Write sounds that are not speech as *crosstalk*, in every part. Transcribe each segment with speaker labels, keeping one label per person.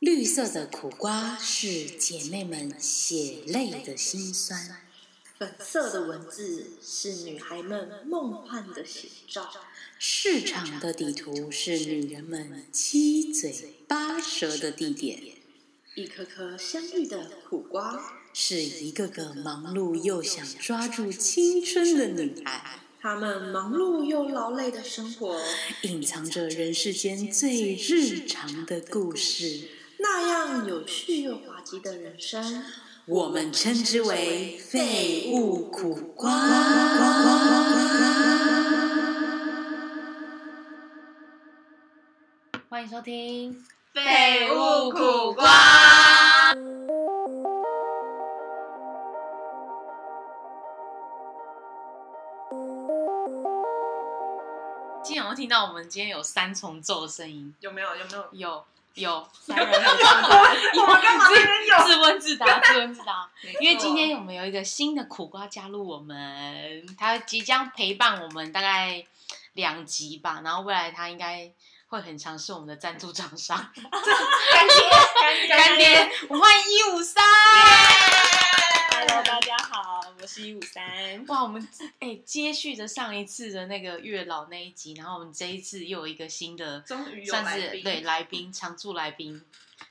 Speaker 1: 绿色的苦瓜是姐妹们血泪的辛酸，
Speaker 2: 粉色的文字是女孩们梦幻的写照，
Speaker 1: 市场的地图是女人们七嘴八舌的地点，
Speaker 2: 一颗颗相遇的苦瓜，
Speaker 1: 是一个个忙碌又想抓住青春的女孩，
Speaker 2: 她们忙碌又劳累的生活，
Speaker 1: 隐藏着人世间最日常的故事，
Speaker 2: 那样有趣又滑稽的人生。
Speaker 1: 我们称之为废物苦瓜。
Speaker 3: 欢迎收听，
Speaker 4: 废物苦瓜。
Speaker 3: 今天有没有听到我们今天有三重奏的声音？
Speaker 4: 有没有？有没有？
Speaker 3: 有有，
Speaker 4: *laughs*
Speaker 3: 三人有这样子
Speaker 4: 我们干嘛
Speaker 3: 自
Speaker 4: 在那边有
Speaker 3: 自问自答，自问自答。 *laughs* 因为
Speaker 4: 错
Speaker 3: 今天我们有一个新的苦瓜加入我们，他即将陪伴我们大概两集吧，然后未来他应该会很尝试我们的赞助厂
Speaker 4: *laughs*
Speaker 3: 商
Speaker 4: 干爹，
Speaker 3: 干爹五万一五三。
Speaker 5: Hello，大家好，我是一五三。
Speaker 3: 哇，我们哎、接续着上一次的那个月老那一集，然后我们这一次又有一个新的，
Speaker 4: 终于有
Speaker 3: 算
Speaker 4: 来
Speaker 3: 是
Speaker 4: 宾，
Speaker 3: 对来宾常驻来宾。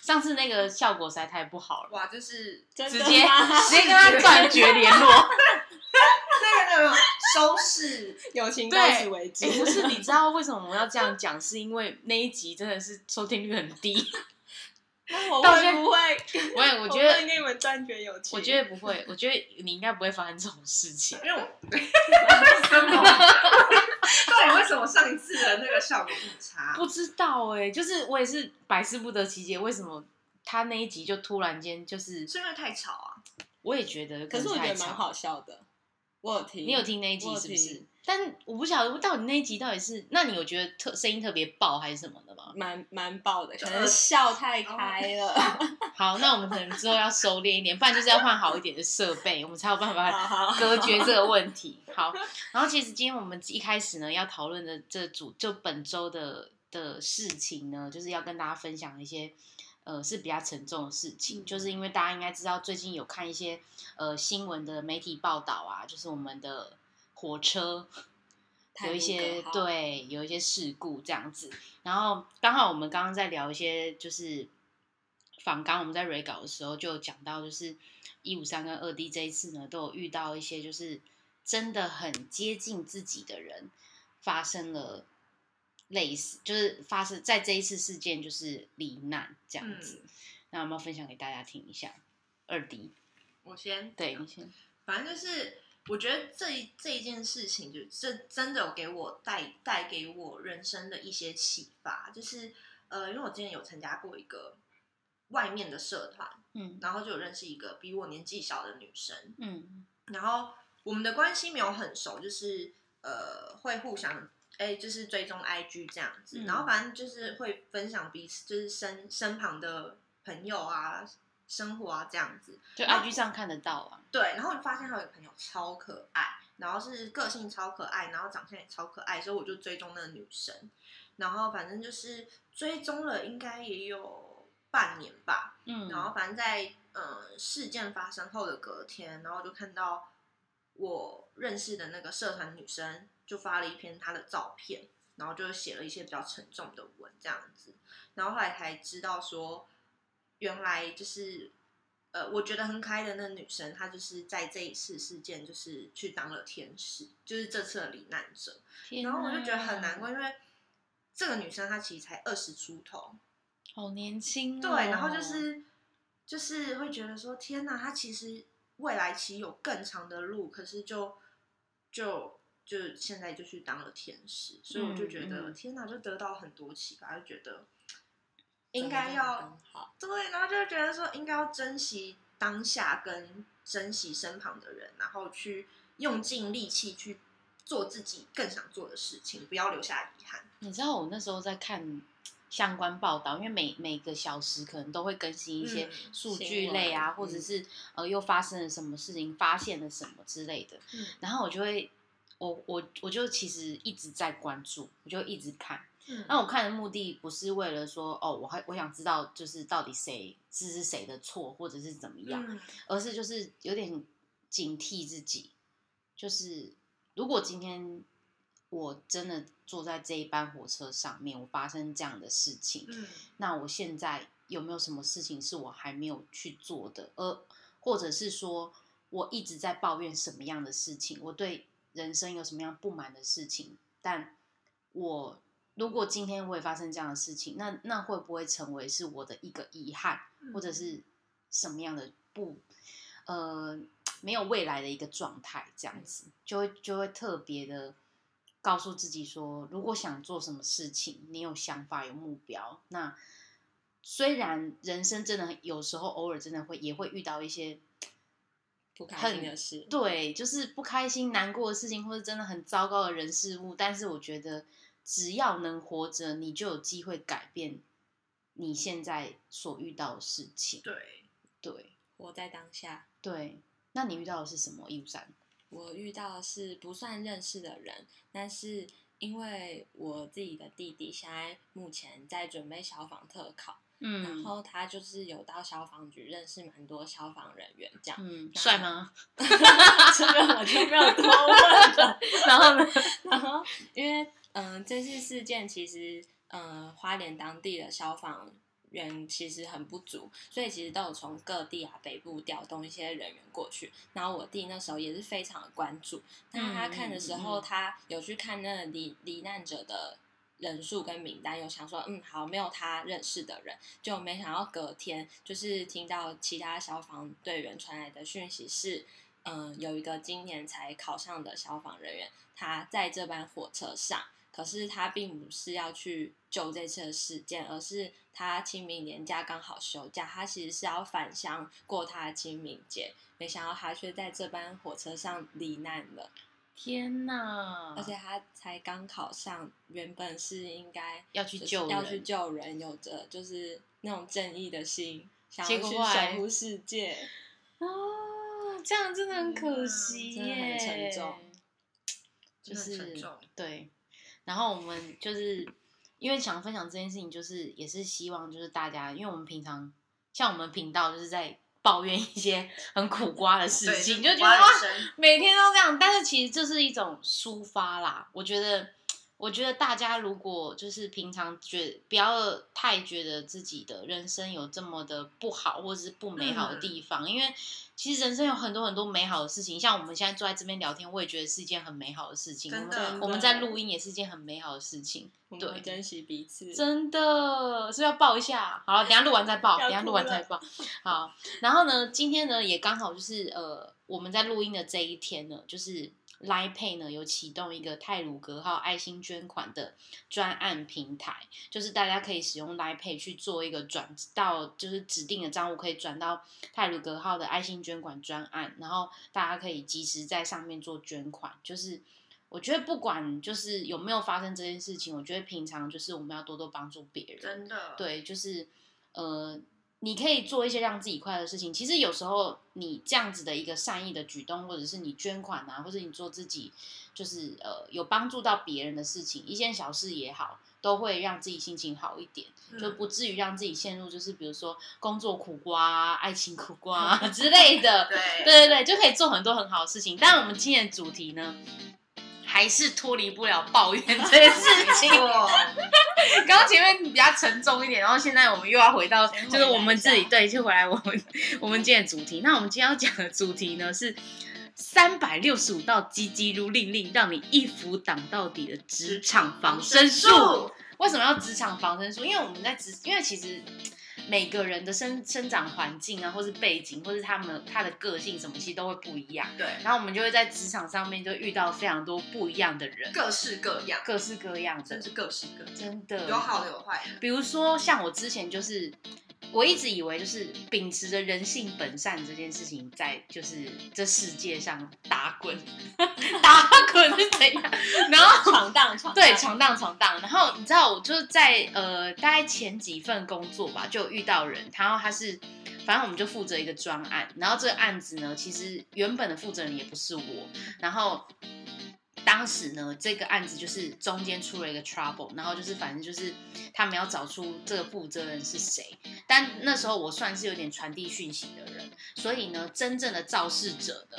Speaker 3: 上次那个效果实在太不好了，
Speaker 4: 哇，就是
Speaker 5: 真
Speaker 3: 直
Speaker 5: 的
Speaker 3: 接
Speaker 5: 吗
Speaker 3: 直接跟他断绝联络。
Speaker 4: 那个那个收视，
Speaker 5: 友情
Speaker 3: 对
Speaker 5: 到此为止
Speaker 3: 哎、。不是，你知道为什么我们要这样讲？是因为那一集真的是收听率很低。
Speaker 5: 那我
Speaker 3: 到现
Speaker 5: 会
Speaker 3: 在
Speaker 5: 不
Speaker 3: *laughs*
Speaker 5: 会？
Speaker 3: 我也哎我觉
Speaker 5: 会
Speaker 3: 得，
Speaker 5: 跟你们断绝友情。
Speaker 3: 我觉得不会，我觉得你应该不会发生这种事情。
Speaker 4: 因为我 *laughs* 为什么？到底为什么上一次的那个效果那么
Speaker 3: *laughs*
Speaker 4: 差？
Speaker 3: 不知道哎、就是我也是百思不得其解，为什么他那一集就突然间就是
Speaker 4: 是因为太吵啊？
Speaker 3: 我也觉得，
Speaker 5: 可是我觉
Speaker 3: 太
Speaker 5: 得
Speaker 3: 长
Speaker 5: 蛮。好笑的。我有听，
Speaker 3: 你有？听那一集
Speaker 5: 我有
Speaker 3: 是不是
Speaker 5: 听？
Speaker 3: 但我不晓得到底那一集到底是，那你有觉得特声音特别爆还是什么的吗？ *laughs*
Speaker 5: 蛮蛮爆的，可
Speaker 4: 呃
Speaker 5: 能笑太开了。
Speaker 4: 哦
Speaker 3: 好，那我们可能之后要收敛一点，不然就是要换好一点的设备，我们才有办法
Speaker 5: *laughs* 好
Speaker 3: *laughs*
Speaker 5: 好，
Speaker 3: 隔绝这个问题。好，然后其实今天我们一开始呢要讨论的这组就本周的的事情呢，就是要跟大家分享一些呃是比较沉重的事情，就是因为大家应该知道最近有看一些呃新闻的媒体报道啊，就是我们的火车
Speaker 5: 太
Speaker 3: 有一
Speaker 5: 不
Speaker 3: 些
Speaker 5: 可靠
Speaker 3: 对有一些事故这样子，然后刚好我们刚刚在聊一些就是访刚我们在 re 稿的时候就有讲到，就是一五三跟二 D 这一次呢都有遇到一些就是真的很接近自己的人发生了类似，就是发生在这一次事件就是罹难这样子。
Speaker 4: 嗯
Speaker 3: 那有没有分享给大家听一下？二 D
Speaker 4: 我先
Speaker 3: 对你先
Speaker 4: 反正就是，我觉得这一这一件事情就，这真的有给我带带给我人生的一些启发。就是呃，因为我之前有参加过一个外面的社团，
Speaker 3: 嗯
Speaker 4: 然后就有认识一个比我年纪小的女生，
Speaker 3: 嗯
Speaker 4: 然后我们的关系没有很熟，就是呃会互相哎、就是追踪 IG 这样子，
Speaker 3: 嗯
Speaker 4: 然后反正就是会分享彼此就是身身旁的朋友啊、生活啊这样子。
Speaker 3: 就 IG 上看得到啊，
Speaker 4: 对，然后你发现他有一个朋友超可爱，然后是个性超可爱，然后长相也超可爱，所以我就追踪那个女生，然后反正就是追踪了，应该也有半年吧。
Speaker 3: 嗯，
Speaker 4: 然后反正在呃事件发生后的隔天，然后就看到我认识的那个社团女生就发了一篇她的照片，然后就写了一些比较沉重的文这样子，然后后来才知道说，原来就是呃，我觉得很可爱的那女生，她就是在这一次事件就是去当了天使，就是这次的罹难者。
Speaker 3: 天
Speaker 4: 然后我就觉得很
Speaker 3: 哪
Speaker 4: 难过，因为这个女生她其实才二十出头，
Speaker 3: 好年轻、哦，
Speaker 4: 对，然后就是就是会觉得说，天哪，她其实未来其实有更长的路，可是就就就现在就去当了天使，所以我就觉得、
Speaker 3: 嗯嗯
Speaker 4: 天哪，就得到很多启发，就觉得
Speaker 5: 真的
Speaker 4: *laughs* 应该要
Speaker 5: 很好。
Speaker 4: 对，然后就会觉得说应该要珍惜当下跟珍惜身旁的人，然后去用尽力气去做自己更想做的事情，不要留下遗憾。
Speaker 3: 你知道我那时候在看相关报道，因为每每个小时可能都会更新一些
Speaker 4: 嗯
Speaker 3: 数据类啊，
Speaker 5: 新闻嗯
Speaker 3: 或者是呃又发生了什么事情，发现了什么之类的。
Speaker 4: 嗯
Speaker 3: 然后我就会，我我我就其实一直在关注，我就一直看。
Speaker 4: 嗯
Speaker 3: 那我看的目的不是为了说哦，我还我想知道就是到底谁这是谁的错，或者是怎么样，
Speaker 4: 嗯
Speaker 3: 而是就是有点警惕自己，就是如果今天我真的坐在这一班火车上面，我发生这样的事情，
Speaker 4: 嗯
Speaker 3: 那我现在有没有什么事情是我还没有去做的？而或者是说我一直在抱怨什么样的事情，我对人生有什么样不满的事情？但我如果今天我也发生这样的事情，那那会不会成为是我的一个遗憾，
Speaker 4: 嗯
Speaker 3: 或者是什么样的不呃没有未来的一个状态？这样子就会就会特别的。告诉自己说，如果想做什么事情，你有想法、有目标，那虽然人生真的有时候偶尔真的会也会遇到一些
Speaker 5: 不开心的事，
Speaker 3: 对，就是不开心、难过的事情，或者真的很糟糕的人事物，但是我觉得只要能活着，你就有机会改变你现在所遇到的事情。
Speaker 4: 对，
Speaker 3: 对
Speaker 5: 活在当下。
Speaker 3: 对，那你遇到的是什么？一五三，
Speaker 5: 我遇到的是不算认识的人，但是因为我自己的弟弟现在目前在准备消防特考，
Speaker 3: 嗯
Speaker 5: 然后他就是有到消防局认识蛮多消防人员这样，
Speaker 3: 嗯，帅 *laughs* 吗？
Speaker 5: 这个我就没有多问了。
Speaker 3: 然后呢？
Speaker 5: 然后因为嗯、呃这次事件其实嗯、呃花莲当地的消防员其实很不足，所以其实都有从各地啊北部调动一些人员过去。然后我弟那时候也是非常的关注，那他看的时
Speaker 3: 嗯
Speaker 5: 候，
Speaker 3: 嗯嗯
Speaker 5: 他有去看那个罹罹难者的。人数跟名单，有想说，嗯，好，没有他认识的人，就没想到隔天就是听到其他消防队员传来的讯息是，嗯、有一个今年才考上的消防人员，他在这班火车上，可是他并不是要去救这次的事件，而是他清明年假刚好休假，他其实是要返乡过他的清明节，没想到他却在这班火车上罹难了，
Speaker 3: *laughs* 天哪！
Speaker 5: 而且他才刚考上，原本是应该
Speaker 3: 要去
Speaker 5: 就是
Speaker 3: 救人
Speaker 5: 要去救人，有着就是那种正义的心，想
Speaker 3: 结
Speaker 5: 要
Speaker 3: 果
Speaker 5: 去
Speaker 3: 后来
Speaker 5: 守护世界。
Speaker 3: 哦，这样嗯真的很可惜
Speaker 5: 真的很
Speaker 3: 耶，
Speaker 5: 沉重
Speaker 3: 就
Speaker 4: 真的
Speaker 3: 是
Speaker 4: 很沉重
Speaker 3: 对。然后我们就是因为想分享这件事情，就是也是希望就是大家，因为我们平常像我们频道就是在抱怨一些很苦瓜的事
Speaker 4: 对，
Speaker 3: 情，
Speaker 4: 就
Speaker 3: 就觉
Speaker 4: 苦
Speaker 3: 得
Speaker 4: 瓜
Speaker 3: 哇
Speaker 4: 人，生
Speaker 3: 每天都这样，但是其实这是一种抒发啦。我觉得，我觉得大家如果就是平常觉不要太觉得自己的人生有这么的不好或者是不美好的地方，
Speaker 4: 嗯
Speaker 3: 因为其实人生有很多很多美好的事情。像我们现在坐在这边聊天，我也觉得是一件很美好的事情。我
Speaker 4: 真
Speaker 3: 们
Speaker 4: 的
Speaker 3: 我们在录音也是一件很美好的事情，
Speaker 5: 我们会
Speaker 3: 对
Speaker 5: 珍惜彼此，
Speaker 3: 真的是不是要抱一下。好，等一下录完再抱，等
Speaker 5: 要哭
Speaker 4: *laughs*
Speaker 3: 一下录完
Speaker 5: 了
Speaker 3: 再抱。好，然后呢，今天呢也刚好就是呃，我们在录音的这一天呢，就是 Line Pay 呢有启动一个泰鲁格号爱心捐款的专案平台，就是大家可以使用 Line Pay 去做一个转到就是指定的账户，可以转到泰鲁格号的爱心捐款专案，然后大家可以及时在上面做捐款，就是。我觉得不管就是有没有发生这件事情，我觉得平常就是我们要多多帮助别人，
Speaker 4: 真的，
Speaker 3: 对，就是呃，你可以做一些让自己快乐的事情。其实有时候你这样子的一个善意的举动，或者是你捐款啊，或者你做自己就是呃有帮助到别人的事情，一件小事也好，都会让自己心情好一点，
Speaker 4: 嗯
Speaker 3: 就不至于让自己陷入就是比如说工作苦瓜啊、爱情苦瓜
Speaker 4: *laughs*
Speaker 3: 啊之类的。 *laughs*
Speaker 4: 对
Speaker 3: 对对对，就可以做很多很好的事情。但我们今天的主题呢，还是脱离不了抱怨这件事情。 *laughs*
Speaker 4: 错，
Speaker 3: 刚刚前面比较沉重一点，然后现在我们又要回到，
Speaker 5: 先回来
Speaker 3: 就是啊我们自己
Speaker 5: 一下
Speaker 3: 对，就回来我们我们今天的主题。那我们今天要讲的主题呢是三百六十五道急急如令令，让你一斧挡到底的职场防
Speaker 4: 嗯
Speaker 3: 身术。为什么要职场防身术？因为我们在职，因为其实每个人的生生长环境啊，或是背景，或是他们他的个性什么，其实都会不一样。
Speaker 4: 对，
Speaker 3: 然后我们就会在职场上面就遇到非常多不一样的人，
Speaker 4: 各式各样，
Speaker 3: 各式各样的
Speaker 4: 真，是各式各样，
Speaker 3: 真的
Speaker 4: 有好的有坏的，
Speaker 3: 比如说，像我之前就是，我一直以为就是秉持着人性本善这件事情，在就是这世界上打滚， *laughs* 打滚是怎样？ *laughs* 然后
Speaker 5: 闯荡闯荡
Speaker 3: 对，闯荡闯荡。然后你知道，我就是在呃，大概前几份工作吧，就有遇到人，然后他是，反正我们就负责一个专案，然后这个案子呢，其实原本的负责人也不是我，然后。当时呢，这个案子就是中间出了一个 trouble，然后就是反正就是他们要找出这个负责人是谁。但那时候我算是有点传递讯息的人，所以呢，真正的肇事者呢，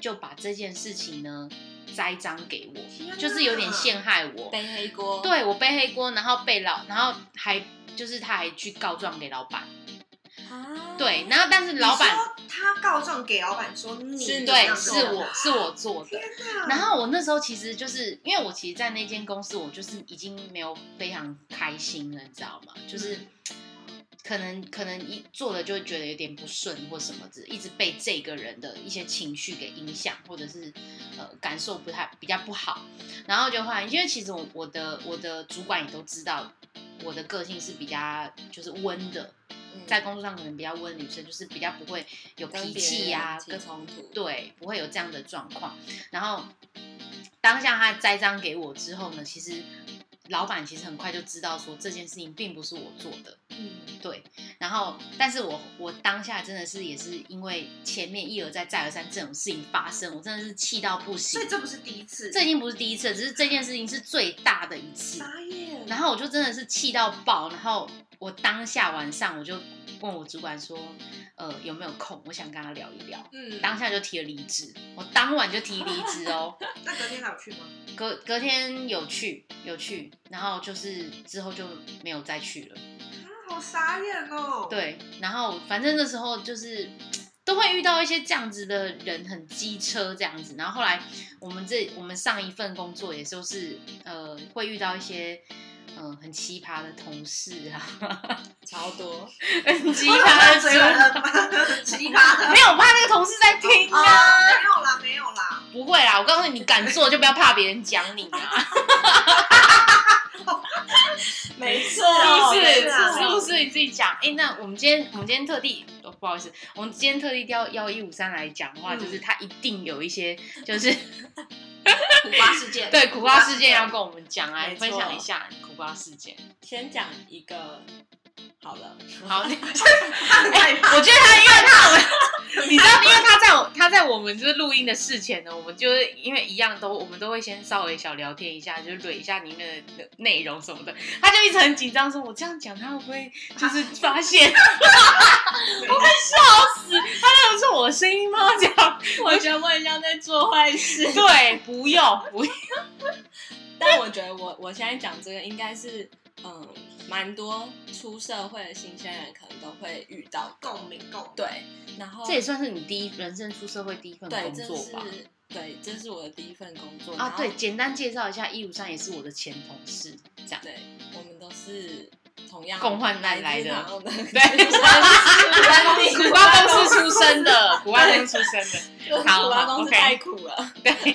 Speaker 3: 就把这件事情呢栽赃给
Speaker 4: 天
Speaker 3: 我，
Speaker 4: 哪
Speaker 3: 就是有点陷害我。
Speaker 5: 背黑锅，，
Speaker 3: 对我背黑锅，然后被老，然后还就是他还去告状给老板。
Speaker 5: 啊，
Speaker 3: 对，然后但是老板
Speaker 4: 你说他告状给老板说你
Speaker 5: 是
Speaker 4: 这
Speaker 3: 对
Speaker 4: 样
Speaker 3: 是
Speaker 4: 做的啊
Speaker 3: 我是我做的。
Speaker 4: 天哪
Speaker 3: 然后我那时候其实就是因为我其实，在那间公司我就是已经没有非常开心了，你知道吗？就是
Speaker 4: 嗯
Speaker 3: 可能可能一做了就会觉得有点不顺或什么之，一直被这个人的一些情绪给影响，或者是呃感受不太比较不好。然后就后来，因为其实我我的我的主管也都知道。我的个性是比较就是温的，
Speaker 5: 嗯
Speaker 3: 在工作上可能比较温，的女生就是比较不会有
Speaker 5: 跟
Speaker 3: 脾
Speaker 5: 别
Speaker 3: 气呀、
Speaker 5: 人起
Speaker 3: 跟
Speaker 5: 冲突，，
Speaker 3: 对，不会有这样的状况。然后当下他栽赃给我之后呢，其实老板其实很快就知道说这件事情并不是我做的，
Speaker 4: 嗯
Speaker 3: 对。然后，但是我我当下真的是也是因为前面一而再再而三这种事情发生，我真的是气到不行
Speaker 4: 所以。这不是第一次，
Speaker 3: 这已经不是第一次了，只是这件事情是最大的一次。
Speaker 4: 傻眼，
Speaker 3: 然后我就真的是气到爆，然后我当下晚上我就问我主管说，呃，有没有空？我想跟他聊一聊。
Speaker 5: 嗯，
Speaker 3: 当下就提了离职，我当晚就提离职哦。 *laughs*
Speaker 4: 那隔天还有去吗？
Speaker 3: 隔隔天有去有去，然后就是之后就没有再去了。
Speaker 4: 啊，好傻眼哦。，
Speaker 3: 对，然后反正那时候就是都会遇到一些这样子的人，很机车这样子。然后后来我们这我们上一份工作也就是呃会遇到一些。嗯，很奇葩的同事啊， *laughs*
Speaker 5: *laughs* 超多，
Speaker 3: 很奇
Speaker 4: 我想
Speaker 3: 葩的
Speaker 4: 追
Speaker 3: 主
Speaker 4: 完了
Speaker 3: *laughs*
Speaker 4: 吗？奇葩。
Speaker 3: 没有，我怕那个同事在听
Speaker 4: 哦，
Speaker 3: 啊。
Speaker 4: 没有啦，没有啦，
Speaker 3: 不会啦，我告诉你，你敢做就不要怕别人讲你啊。 *laughs*
Speaker 5: 没错
Speaker 3: 是不
Speaker 4: 没
Speaker 3: 是？
Speaker 4: 错啊
Speaker 3: 是不是你自己讲？哎、那我们今天我们今天特地，哦，不好意思，我们今天特地要要一五三来讲的话，
Speaker 5: 嗯
Speaker 3: 就是他一定有一些就是
Speaker 4: 苦瓜事
Speaker 3: *laughs*
Speaker 4: 件。
Speaker 3: 对苦瓜事件要跟我们讲，来
Speaker 5: 没错
Speaker 3: 分享一下苦瓜事件。
Speaker 5: 先讲一个好了， *laughs*
Speaker 3: 好，你
Speaker 4: 他很害
Speaker 3: *laughs*
Speaker 4: 怕。
Speaker 3: 我觉得他因为他我们。你知道，因为他在我他在我们就是录音的事前呢，我们就是因为一样都我们都会先稍微小聊天一下，就是捋一下里面的内容什么的。他就一直很紧张，说我这样讲他会不会就是发现？我快笑死！他那种是我的声音吗？这样
Speaker 5: 我觉得我很像在做坏事，
Speaker 3: 对，不用不用，
Speaker 5: *laughs* 但我觉得我我现在讲这个应该是嗯，蛮多出社会的新鲜人可能都会遇到的，
Speaker 4: 共鸣共鸣，
Speaker 5: 对，然后
Speaker 3: 这也算是你第一人生出社会第一份
Speaker 5: 对，
Speaker 3: 工
Speaker 5: 这
Speaker 3: 作
Speaker 5: 是
Speaker 3: 吧？
Speaker 5: 对，这是我的第一份工作然
Speaker 3: 啊，
Speaker 5: 后
Speaker 3: 对，简单介绍一下，一五三也是我的前同事，这样
Speaker 5: 对，我们都是同样
Speaker 3: 共患难来的
Speaker 5: 来自同样的
Speaker 3: 对
Speaker 5: 苦瓜公
Speaker 3: 苦
Speaker 5: 司
Speaker 3: 瓜公司出身的，苦瓜公司出身的。 *laughs* 好
Speaker 5: 苦瓜
Speaker 3: 好
Speaker 5: 公司
Speaker 3: ，OK
Speaker 5: 太苦了。
Speaker 3: 对，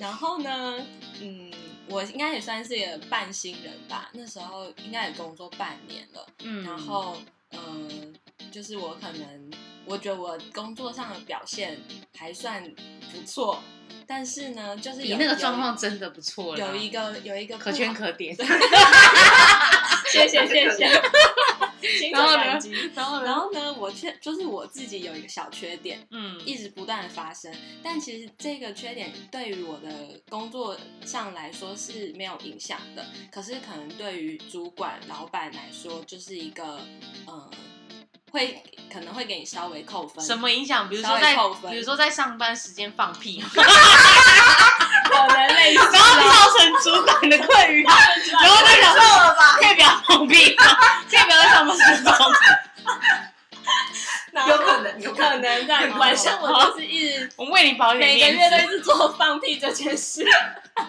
Speaker 5: 然后呢，嗯，我应该也算是一个半新人吧，那时候应该也工作半年了。
Speaker 3: 嗯
Speaker 5: 然后嗯、就是我可能我觉得我工作上的表现还算不错，但是呢，就是
Speaker 3: 你
Speaker 5: 有
Speaker 3: 那个状况真的不错啦
Speaker 5: 有一个有一个
Speaker 3: 可圈
Speaker 5: 不好，
Speaker 3: 可点。
Speaker 5: 谢谢谢
Speaker 3: *laughs*
Speaker 5: 谢，心存
Speaker 3: 然后呢
Speaker 5: 感激。
Speaker 3: 然后
Speaker 5: 然后呢，我却就是我自己有一个小缺点，
Speaker 3: 嗯，
Speaker 5: 一直不断的发生，但其实这个缺点对于我的工作上来说是没有影响的，可是可能对于主管、老板来说，就是一个呃，会可能会给你稍微扣分，
Speaker 3: 什么影响？比如
Speaker 5: 稍
Speaker 3: 说
Speaker 5: 微
Speaker 3: 在
Speaker 5: 扣，分
Speaker 3: 比如说在上班时间放
Speaker 5: *laughs*
Speaker 3: 屁，
Speaker 5: 可能类似
Speaker 3: 然后造成主管的困扰， *laughs* 然后就想说，
Speaker 4: 了吧？
Speaker 3: 可以不要放屁
Speaker 5: *laughs*
Speaker 3: 吗？可以不要在上班时间放屁？
Speaker 5: 然
Speaker 4: 有
Speaker 5: 后
Speaker 4: 可能，有可
Speaker 5: 可
Speaker 4: 能。
Speaker 5: 能这样，晚上我就是一直。
Speaker 3: *laughs* 我为你保一点
Speaker 5: 每个月
Speaker 3: 面
Speaker 5: 都
Speaker 3: 子。
Speaker 5: 一直做放屁这件事，
Speaker 3: 啊
Speaker 4: *laughs*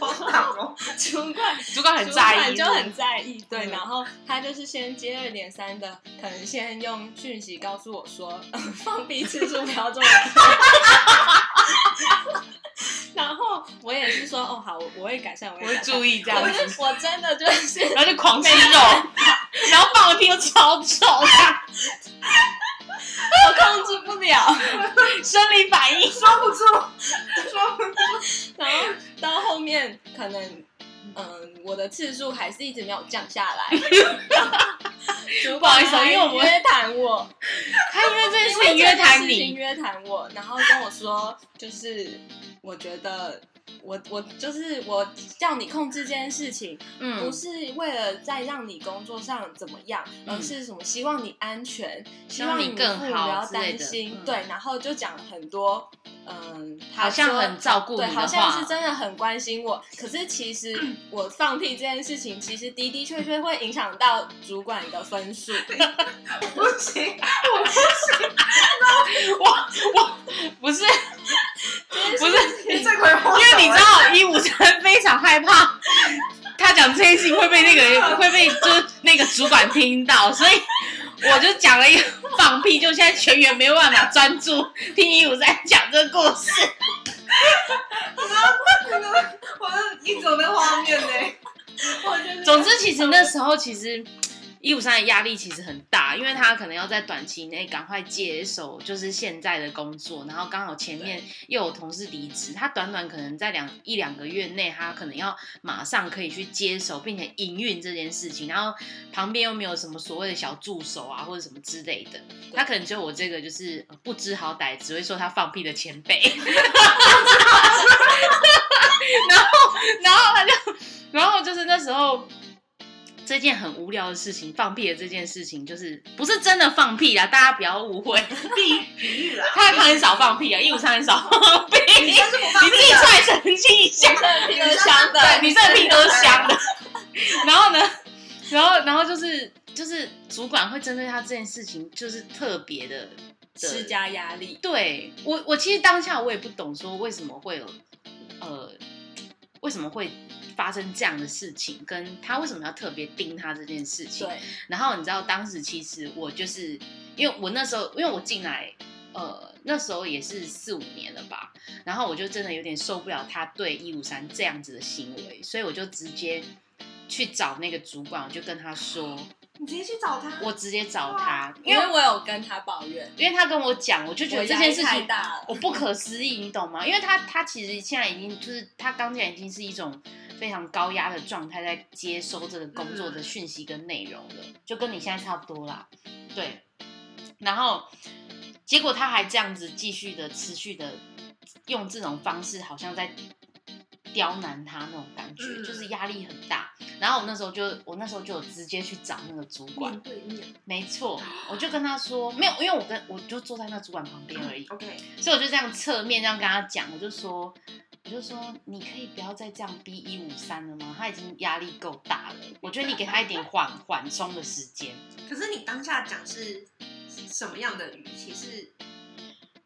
Speaker 4: 好惨哦
Speaker 5: 主管
Speaker 3: 主管很在意，
Speaker 5: 主管就很在意，对。
Speaker 3: 嗯
Speaker 5: 然后他就是先接二连三的，可能先用讯息告诉我说， *laughs* 呃放屁次数不要这么多。 *laughs* 然后我也是说，哦，好，我我会改善，我
Speaker 3: 我
Speaker 5: 会
Speaker 3: 会
Speaker 5: 改善。
Speaker 3: 注意这样
Speaker 5: 我
Speaker 3: 子，
Speaker 5: *laughs* 就我真的就是
Speaker 3: 然后就狂吃肉，然后放的屁又超臭，
Speaker 5: 我控制不了，
Speaker 3: 生理反应。
Speaker 4: 说不出，说不出。
Speaker 5: 然后到后面可能。嗯、嗯，我的次数还是一直没有降下
Speaker 3: *laughs*
Speaker 5: 来。
Speaker 3: 不好意思哦因为我们
Speaker 5: 约谈我，
Speaker 3: 他因为这件
Speaker 5: 因
Speaker 3: 事
Speaker 5: 为
Speaker 3: 情约
Speaker 5: 这
Speaker 3: 谈
Speaker 5: 件事情
Speaker 3: 你，
Speaker 5: 约谈我，然后跟我说，就是我觉得我我就是我叫你控制这件事情，不
Speaker 3: 嗯，
Speaker 5: 是为了在让你工作上怎么样，
Speaker 3: 嗯
Speaker 5: 而是什么希望你安全，希
Speaker 3: 望
Speaker 5: 望
Speaker 3: 你
Speaker 5: 父
Speaker 3: 更
Speaker 5: 母不
Speaker 3: 好
Speaker 5: 要
Speaker 3: 之类
Speaker 5: 担
Speaker 3: 的
Speaker 5: 心，
Speaker 3: 嗯
Speaker 5: 对，然后就讲很多，嗯、他
Speaker 3: 好像
Speaker 5: 说
Speaker 3: 很照顾
Speaker 5: 对，
Speaker 3: 你的
Speaker 5: 好像
Speaker 3: 话
Speaker 5: 是真的很关心我。可是其实我放屁这件事情，其实的的确确会影响到主管的分
Speaker 3: *laughs*
Speaker 5: 数。
Speaker 4: 不行，
Speaker 3: 不是，不是，
Speaker 4: 你这回因
Speaker 3: 因为你知道一五三非常害怕，他讲这些事情会被那个人会被就是那个主管听到，所以我就讲了一个放屁，就现在全员没有办法专注听一五三讲这个故事。
Speaker 4: 我一种那画面呢，
Speaker 5: 我觉得
Speaker 3: 总之，其实那时候其实一五三的压力其实很大，因为他可能要在短期内赶快接手就是现在的工作，然后刚好前面又有同事离职，他短短可能在两一两个月内，他可能要马上可以去接手并且营运这件事情，然后旁边又没有什么所谓的小助手啊或者什么之类的，他可能只有我这个就是呃不知好歹，只会说他放屁的前辈。 *laughs* 然后他就，然后就是那时候这件很无聊的事情，放屁的这件事情，就是不是真的放屁啦，大家不要误会。
Speaker 4: 比比喻啦，
Speaker 3: 他他很少放屁啊，一五三很少放屁，
Speaker 4: 哎你真是不放啊
Speaker 3: 你
Speaker 4: 屁
Speaker 3: 自己出来澄清一下。
Speaker 5: 屁都香的，
Speaker 3: 对，你这个屁都是香的。然后呢，然后然后就是就是主管会针对他这件事情，就是特别的的
Speaker 5: 施加压力。
Speaker 3: 对我，我其实当下我也不懂，说为什么会有，呃，为什么会发生这样的事情，跟他为什么要特别盯他这件事情。
Speaker 5: 对，
Speaker 3: 然后你知道，当时其实我就是因为我那时候，因为我进来，呃，那时候也是四五年了吧，然后我就真的有点受不了他对一五三这样子的行为，所以我就直接去找那个主管，我就跟他说，
Speaker 4: 你直接去找他，
Speaker 3: 我直接找他，因
Speaker 5: 因
Speaker 3: 为
Speaker 5: 为我有跟他抱怨，
Speaker 3: 因为他跟我讲，我就觉
Speaker 5: 我
Speaker 3: 得这
Speaker 5: 压
Speaker 3: 件
Speaker 5: 力
Speaker 3: 事
Speaker 5: 太
Speaker 3: 情
Speaker 5: 大了。
Speaker 3: 我不可思议，你懂吗？因为他他其实现在已经就是他刚进来已经是一种非常高压的状态，在接收这个工作的讯息跟内容了，就跟你现在差不多啦。对，然后结果他还这样子继续的持续的用这种方式，好像在刁难他那种感觉，
Speaker 4: 嗯
Speaker 3: 就是压力很大。然后我那时候就我那时候就有直接去找那个主管，
Speaker 5: 嗯
Speaker 4: 面对面
Speaker 3: 没错，我就跟他说没有，因为我跟我就坐在那主管旁边而已。
Speaker 4: ，OK，
Speaker 3: 所以我就这样侧面这样跟他讲，我就说，我就说，你可以不要再这样逼一五三了吗？他已经压力够大了，我觉得你给他一点缓缓冲的时间。
Speaker 4: 可是你当下讲是什么样的语气？是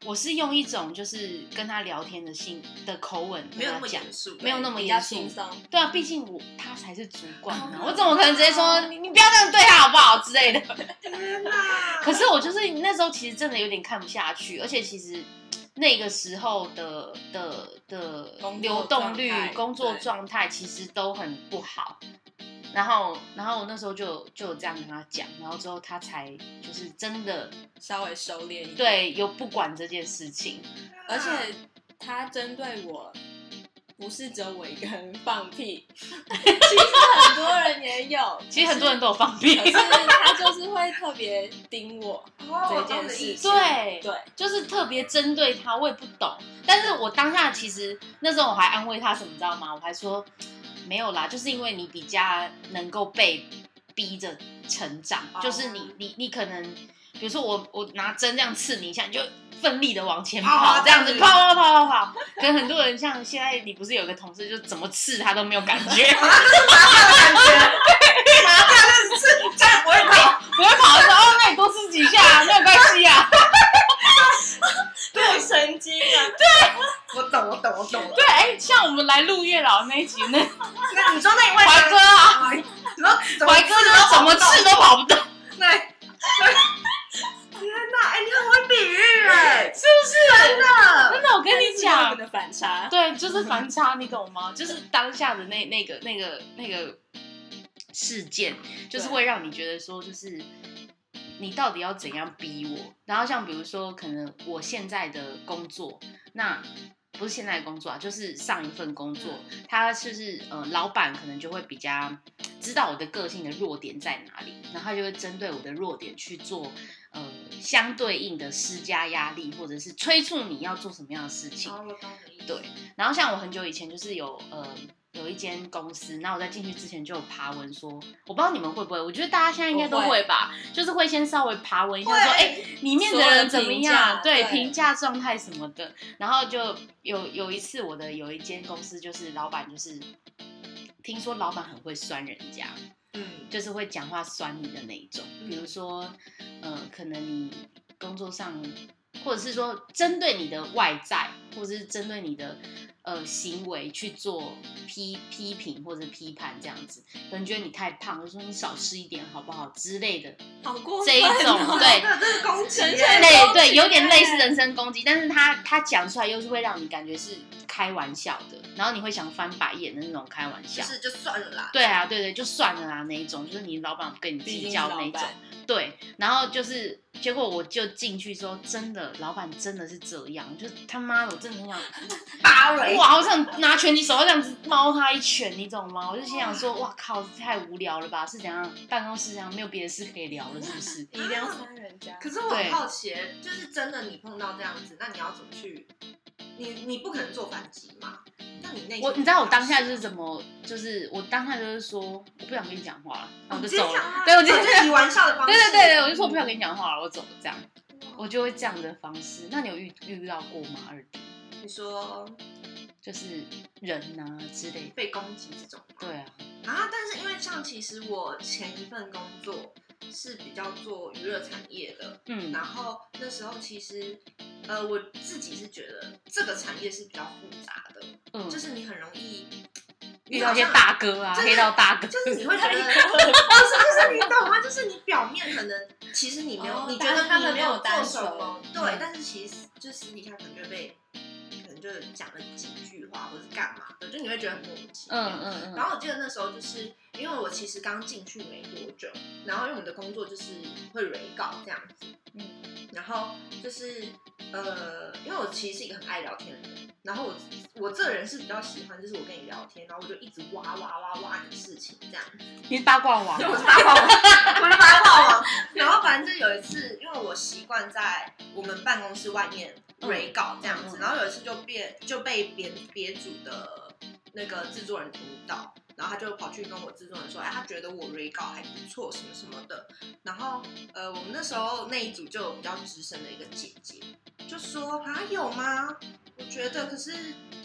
Speaker 3: 我是用一种就是跟他聊天的心的口吻跟
Speaker 4: 没有
Speaker 3: 他
Speaker 4: 那么
Speaker 3: 讲，
Speaker 4: 严肃，
Speaker 3: 没有那么
Speaker 5: 比较
Speaker 3: 严肃
Speaker 5: 轻松，
Speaker 3: 对啊，毕竟我他才是主管啊，
Speaker 5: 哦
Speaker 3: 我怎么可能直接说你你不要这样对他好不好之类的？
Speaker 4: 天
Speaker 5: *laughs*
Speaker 4: 哪！
Speaker 3: 可是我就是那时候其实真的有点看不下去，而且其实那个时候的的的
Speaker 5: 工作
Speaker 3: 流动率
Speaker 5: 状、态
Speaker 3: 工作
Speaker 5: 对
Speaker 3: 状态其实都很不好。然后，然后我那时候就就有这样跟他讲，然后之后他才就是真的
Speaker 5: 稍微收敛一点。，
Speaker 3: 对有不管这件事情，
Speaker 5: 而且他针对我，不是只有我一个人放屁，其实很多人也有，
Speaker 3: 其实很多人
Speaker 5: 都。
Speaker 3: 都有放
Speaker 5: *laughs*
Speaker 3: 屁
Speaker 5: 可，是他就是会特别盯我
Speaker 4: 哦
Speaker 5: 这
Speaker 4: 我懂
Speaker 5: 件
Speaker 4: 你的
Speaker 5: 事情，
Speaker 4: 意思
Speaker 3: *laughs* 对
Speaker 5: 对，
Speaker 3: 就是特别针对他，我也不懂。但是我当下其实那时候我还安慰他什么，你知道吗？我还说没有啦，就是因为你比较能够被逼着成长，
Speaker 4: 哦
Speaker 3: 就是你你你可能，比如说我我拿针这样刺你一下，你就奋力的往前跑，
Speaker 4: 跑啊
Speaker 3: 哦这样子
Speaker 4: 这
Speaker 3: 跑
Speaker 4: 样
Speaker 3: 跑跑跑跑。跟很多人像现在，你不是有个同事就怎么刺他都没有感觉， *laughs*
Speaker 4: 感觉，麻掉就是真的不会跑，
Speaker 3: 不会跑的时候，哦，那你多刺几下、没有关系啊。
Speaker 5: 对神经 *laughs* 啊，
Speaker 4: 我懂，我懂，我懂。
Speaker 3: 对，哎、像我们来录月老那一集那
Speaker 4: 那你说那一位哎
Speaker 3: 怀哥啊。
Speaker 4: 你说怎么
Speaker 3: 怀哥怎么
Speaker 4: 吃
Speaker 3: 刺都跑不动，
Speaker 4: 对，对天哪！哎、你很会比喻哎、
Speaker 3: 是不是？真
Speaker 4: 真
Speaker 3: 的，我跟你
Speaker 5: 他
Speaker 3: 讲
Speaker 5: 们，的反差，
Speaker 3: 对，就是反差，你懂吗？就是当下的那那个那个那个事件，就是会让你觉得说，就是你到底要怎样逼我？然后像比如说，可能我现在的工作，那不是现在的工作啊，就是上一份工作，他就是呃，老板可能就会比较知道我的个性的弱点在哪里，然后他就会针对我的弱点去做呃相对应的施加压力，或者是催促你要做什么样的事情。
Speaker 4: 哦，我懂你的意思。
Speaker 3: 对，然后像我很久以前就是有呃有一间公司，那我在进去之前就有爬文说，我不知道你们会不会，我觉得大家现在应该都
Speaker 5: 我会
Speaker 3: 会吧，就是会先稍微爬文一下说，哎、里面的
Speaker 5: 所有
Speaker 3: 人
Speaker 5: 的
Speaker 3: 怎么
Speaker 5: 评
Speaker 3: 样
Speaker 5: 价，
Speaker 3: 对
Speaker 5: 对
Speaker 3: 评价状态什么的。然后就有有一次我的有一间公司就是老板就是。听说老板很会酸人家，
Speaker 4: 嗯，
Speaker 3: 就是会讲话酸你的那一种。比如说，呃，可能你工作上，或者是说针对你的外在，或者是针对你的呃行为去做批批评或者批判这样子，可能觉得你太胖，就说你少吃一点好不好之类的
Speaker 5: 好过
Speaker 3: 这一种，对。
Speaker 4: 那这是攻击耶，
Speaker 5: 纯
Speaker 3: 类
Speaker 5: 攻击
Speaker 3: 对，有点类似
Speaker 5: 耶
Speaker 3: 人身攻击，但是他他讲出来又是会让你感觉是开玩笑的，然后你会想翻白眼的那种开玩笑
Speaker 4: 就。是就算了啦。
Speaker 3: 对啊，对对，就算了啦那一种，就是你老板不跟你
Speaker 5: 毕
Speaker 3: 计
Speaker 5: 竟
Speaker 3: 较
Speaker 5: 是老
Speaker 3: 那一种
Speaker 5: 板。
Speaker 3: 对，然后就是结果我就进去之后，真的老板真的是这样，就他妈的我真的很想
Speaker 4: 芭蕾
Speaker 3: 哇，好想拿拳击手这样子猫他一拳，你懂吗？我就心想说，哇靠，太无聊了吧？是怎样办公室这样没有别的事可以聊了，是不
Speaker 4: *laughs*
Speaker 3: 是？
Speaker 5: 一定要酸人家。
Speaker 4: 可是我
Speaker 3: 对
Speaker 4: 很好奇耶，就是真的你碰到这样子，那你要怎么去？你你不可能做反击嘛？那你内心
Speaker 3: 我你知道我当下就是怎么，就是我当下就是说我不想跟你讲话了，然后
Speaker 4: 哦
Speaker 3: 我就
Speaker 4: 你直接
Speaker 3: 走
Speaker 4: 讲
Speaker 3: 了。
Speaker 4: 啊
Speaker 3: 对，我
Speaker 4: 哦
Speaker 3: 就
Speaker 4: 这是以玩笑的方式，
Speaker 3: 对对对对，我就说我不想跟你讲话了，我走了这样，我就会这样的方式。那你有遇遇到过吗？二弟，
Speaker 4: 你说
Speaker 3: 就是人呐、之类的。
Speaker 4: 被攻击这种吗
Speaker 3: 对啊，
Speaker 4: 啊，但是因为像其实我前一份工作是比较做娱乐产业的，
Speaker 3: 嗯，
Speaker 4: 然后那时候其实呃我自己是觉得这个产业是比较复杂的，
Speaker 3: 嗯
Speaker 4: 就是你很容易
Speaker 3: 遇到一些，大哥啊，
Speaker 4: 真的
Speaker 3: 黑道大哥，
Speaker 4: 就是你会觉得不是就是你懂吗？就是你表面可能其实你没有，
Speaker 5: 哦
Speaker 4: 你觉得他们没有做什
Speaker 5: 单纯
Speaker 4: 么，对
Speaker 5: 嗯，
Speaker 4: 但是其实就私底下可能就被可能就讲了几句话或是干嘛的，就你会觉得很莫名其妙。
Speaker 3: 嗯嗯
Speaker 4: 然
Speaker 3: 嗯，
Speaker 4: 后我记得那时候就是因为我其实刚进去没多久，然后因为我们的工作就是会 re 稿这样子，嗯，然后就是呃，因为我其实是一个很爱聊天的人，然后我我这个人是比较喜欢就是我跟你聊天，然后我就一直挖挖挖挖你的事情这样，
Speaker 3: 你是八卦王啊
Speaker 4: 就，我是八卦王，我是八卦王。 *laughs* 然后反正就有一次，因为我习惯在我们办公室外面
Speaker 3: 嗯
Speaker 4: re 稿这样
Speaker 3: 嗯
Speaker 4: 子，
Speaker 3: 嗯
Speaker 4: 然后有一次就变就被别别组的那个制作人听到，然后他就跑去跟我制作人说，哎，他觉得我 re 稿还不错，什么什么的。然后呃，我们那时候那一组就有比较资深的一个姐姐，就说啊有吗？我觉得，可是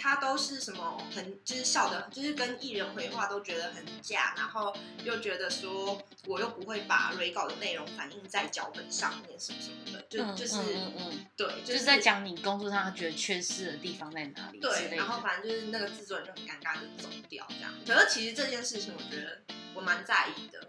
Speaker 4: 他都是什么很就是笑的，就是跟艺人回话都觉得很假，然后又觉得说我又不会把 re 稿的内容反映在脚本上面什么什么的，就、
Speaker 3: 嗯
Speaker 4: 就是、
Speaker 3: 嗯嗯嗯
Speaker 4: 对，
Speaker 3: 就是
Speaker 4: 是
Speaker 3: 在。讲你工作上他觉得缺失的地方在哪里之
Speaker 4: 对，
Speaker 3: 类
Speaker 4: 然后
Speaker 3: 的。
Speaker 4: 反正就是那个制作人就很尴尬，就走掉这样。可是其实这件事情，我觉得我蛮在意的，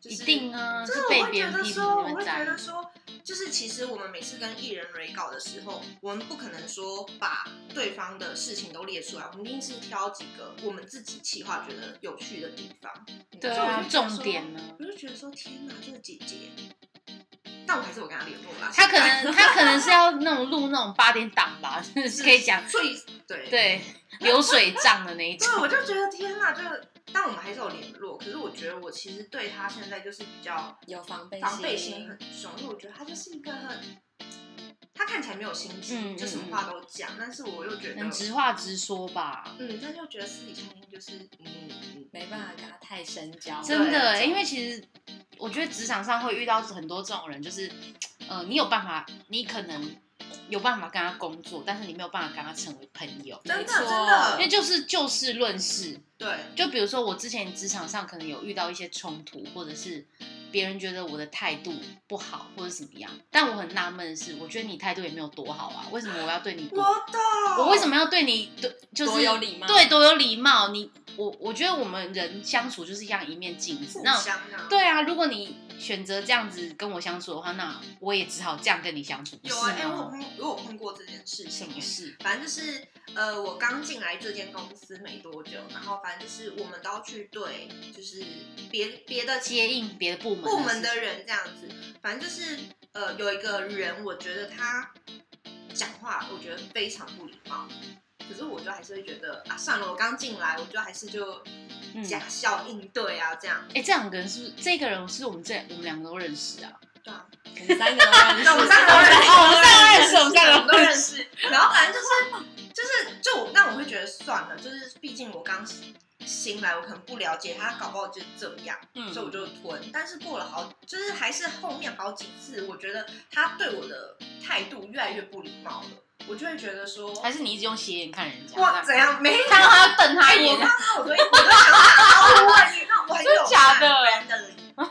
Speaker 4: 就
Speaker 3: 一
Speaker 4: 是
Speaker 3: 定啊，
Speaker 4: 就是是我
Speaker 3: 被
Speaker 4: 会
Speaker 3: 别
Speaker 4: 觉
Speaker 3: 人
Speaker 4: 得
Speaker 3: 批评
Speaker 4: 说，
Speaker 3: 就
Speaker 4: 我
Speaker 3: 会
Speaker 4: 会觉
Speaker 3: 在意
Speaker 4: 得。说，就是其实我们每次跟艺人 re 稿的时候，我们不可能说把对方的事情都列出来，我们一定是挑几个我们自己企划觉得有趣的地方。
Speaker 3: 对
Speaker 4: 所以我
Speaker 3: 啊
Speaker 4: 就，觉得
Speaker 3: 重
Speaker 4: 说
Speaker 3: 点呢，
Speaker 4: 我就觉得说，天哪，这个姐姐，但我还是我跟她联络啦。
Speaker 3: 他可能他可能是要那种录那种八点档吧， *laughs* 就是可以讲
Speaker 4: 最对 *laughs*
Speaker 3: 对流水账的那一种
Speaker 4: 对，。我就觉得天哪，这个。但我们还是有联络，可是我觉得我其实对她现在就是比较
Speaker 5: 有防备
Speaker 4: 防备心很重，因为我觉得他就是一个很，他看起来没有心机，
Speaker 3: 嗯
Speaker 4: 就什么话都讲，但是我又觉得
Speaker 3: 能，直话直说吧。
Speaker 4: 嗯，但又觉得私底下一定就是，嗯，
Speaker 5: 没办法跟他太深交，
Speaker 3: 真的欸，
Speaker 4: 对
Speaker 3: 因
Speaker 5: 嗯
Speaker 3: 为其实我觉得职场上会遇到很多这种人，就是呃，你有办法，你可能有办法跟他工作，但是你没有办法跟他成为朋友，
Speaker 4: 真的
Speaker 5: 没错
Speaker 4: 真
Speaker 3: 因为
Speaker 4: 的，
Speaker 3: 就是就事论事。
Speaker 4: 对，
Speaker 3: 就比如说我之前职场上可能有遇到一些冲突，或者是别人觉得我的态度不好或者怎么样，但我很纳闷的是，我觉得你态度也没有多好啊，为什么我要对你
Speaker 4: 我
Speaker 3: 多？
Speaker 4: 懂，
Speaker 3: 我为什？么要对你对就是
Speaker 5: 多有礼貌，
Speaker 3: 对，多有礼貌。你我我觉得我们人相处就是像一面镜子
Speaker 4: 互，
Speaker 3: 那
Speaker 4: 相啊，
Speaker 3: 对啊，如果你选择这样子跟我相处的话，那我也只好这样跟你相处，不
Speaker 4: 有啊，哎、
Speaker 3: 是
Speaker 4: 我有
Speaker 3: 吗？
Speaker 4: 碰，我有碰过这件事
Speaker 3: 什
Speaker 4: 情欸
Speaker 3: 么，事？
Speaker 4: 反正就是呃，我刚进来这间公司没多久，然后反正就是我们都要去对，就是别别的
Speaker 3: 接应别的部门
Speaker 4: 部门
Speaker 3: 事
Speaker 4: 的人这样子，反正就是呃，有一个人，我觉得他讲话，我觉得非常不礼貌。可是我就还是会觉得啊，算了，我刚进来，我就还是就
Speaker 3: 嗯
Speaker 4: 假笑应对啊，这样。
Speaker 3: 哎、这两个人是不是这个人是我们这我们两个都认识啊？
Speaker 4: 对啊，
Speaker 5: 我们三个都认识，
Speaker 4: 那我们三个都认识
Speaker 3: 哦，我们三个认识，我们三
Speaker 4: 我
Speaker 3: 个
Speaker 4: 都
Speaker 3: 都
Speaker 4: *laughs* 认
Speaker 3: 认识。
Speaker 4: 识。然后反正就是就是就我那我会觉得算了，就是毕竟我刚新来，我可能不了解他，搞不好就这样，
Speaker 3: 嗯
Speaker 4: 所以我就吞。但是过了好，就是还是后面好几次，我觉得他对我的态度越来越不礼貌了，我就会觉得说，
Speaker 3: 还是你一直用斜眼看人家？
Speaker 4: 哇，怎样没有？
Speaker 3: 看到他要瞪他
Speaker 4: 哎
Speaker 3: 一
Speaker 4: 我
Speaker 3: 眼
Speaker 4: 刚，刚
Speaker 3: *laughs*
Speaker 4: 我都我都想打招呼了，你让我很有
Speaker 3: 真假的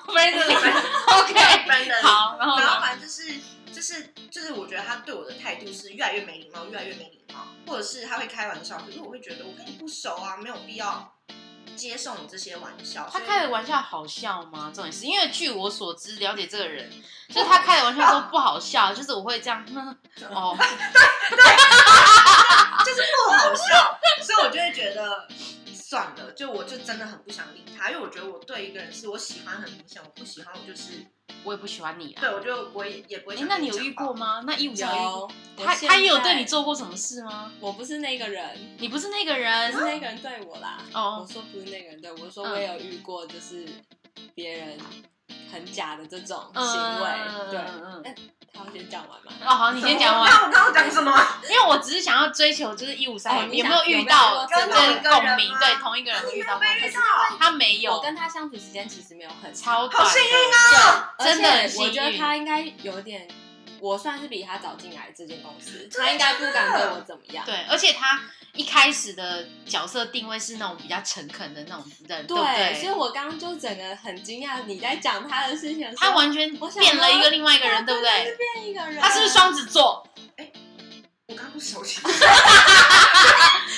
Speaker 3: 不然就是
Speaker 4: *laughs*
Speaker 3: OK。
Speaker 4: ，Brandon，Brandon，
Speaker 3: 好，然后
Speaker 4: 然后
Speaker 3: 呢？
Speaker 4: 反正就是就是就是，我觉得他对我的态度是越来越没礼貌，越来越没礼貌，或者是他会开玩笑，可是我会觉得我跟你不熟啊，没有必要接受你这些玩笑。
Speaker 3: 他
Speaker 4: 所以
Speaker 3: 开的玩笑好笑吗？重点是因为据我所知，了解这个人，就是他开的玩笑都不好笑，就是我会这样，哼哦，
Speaker 4: 就是不好笑，所以我就会觉得算了，就我就真的很不想理他，因为我觉得我对一个人是我喜欢很明显，我不喜欢我就是
Speaker 3: 我也不喜欢你啊。
Speaker 4: 对我就我也也不会
Speaker 3: 哎
Speaker 4: 想，
Speaker 3: 那
Speaker 4: 跟
Speaker 3: 你
Speaker 4: 你
Speaker 3: 有遇
Speaker 4: 讲话
Speaker 3: 过？吗？那一五三有遇过
Speaker 5: 有，我
Speaker 3: 他他也有
Speaker 5: 现
Speaker 3: 对
Speaker 5: 在
Speaker 3: 你，做过什么事吗？
Speaker 5: 我不是那个人，
Speaker 3: 你不是那个
Speaker 5: 但
Speaker 3: 人
Speaker 5: 是那个人对我啦。我
Speaker 3: 哦，
Speaker 5: 说不是那个人对我，我说
Speaker 3: 嗯
Speaker 5: 我也有遇过，就是别人很假的这种
Speaker 3: 嗯
Speaker 5: 行为，
Speaker 3: 嗯
Speaker 5: 对。
Speaker 3: 嗯嗯嗯
Speaker 5: 他要先讲完吗？
Speaker 3: 哦，好，你先讲
Speaker 4: *laughs*
Speaker 3: 完，
Speaker 4: 那我刚刚讲什么？
Speaker 3: 因为我只是想要追求，就是一五
Speaker 5: 哦
Speaker 3: 三
Speaker 5: 你
Speaker 3: 有
Speaker 5: 想
Speaker 3: 没有遇到
Speaker 5: 有
Speaker 4: 没有
Speaker 3: 这
Speaker 4: 跟同一个
Speaker 3: 共
Speaker 4: 人
Speaker 3: 鸣？
Speaker 4: 吗
Speaker 3: 对，同一个人的遇到吗？
Speaker 4: 没
Speaker 3: 可
Speaker 4: 遇
Speaker 3: 是
Speaker 4: 到，
Speaker 3: 他没有
Speaker 5: 我，跟他相处时间其实没有很长，
Speaker 3: 超短
Speaker 4: 好
Speaker 3: 的
Speaker 4: 幸运啊！
Speaker 5: 而且
Speaker 3: 真的很幸运
Speaker 5: 我觉得他应该有点，我算是比他早进来这间公司，他应该不敢对我怎么样。
Speaker 3: 对，而且他一开始的角色定位是那种比较诚恳的那种人，对不
Speaker 5: 对，所以
Speaker 3: 对？
Speaker 5: 我刚刚就整个很惊讶，你在讲他的事情的时候，
Speaker 3: 他完全
Speaker 5: 我想
Speaker 3: 变了一个
Speaker 5: 说啊
Speaker 3: 另外一个人，对不
Speaker 5: 他真的
Speaker 3: 对
Speaker 5: 是？变一个人，
Speaker 3: 他是不是？双子座？
Speaker 4: 我刚刚不熟
Speaker 3: *laughs*
Speaker 4: 悉，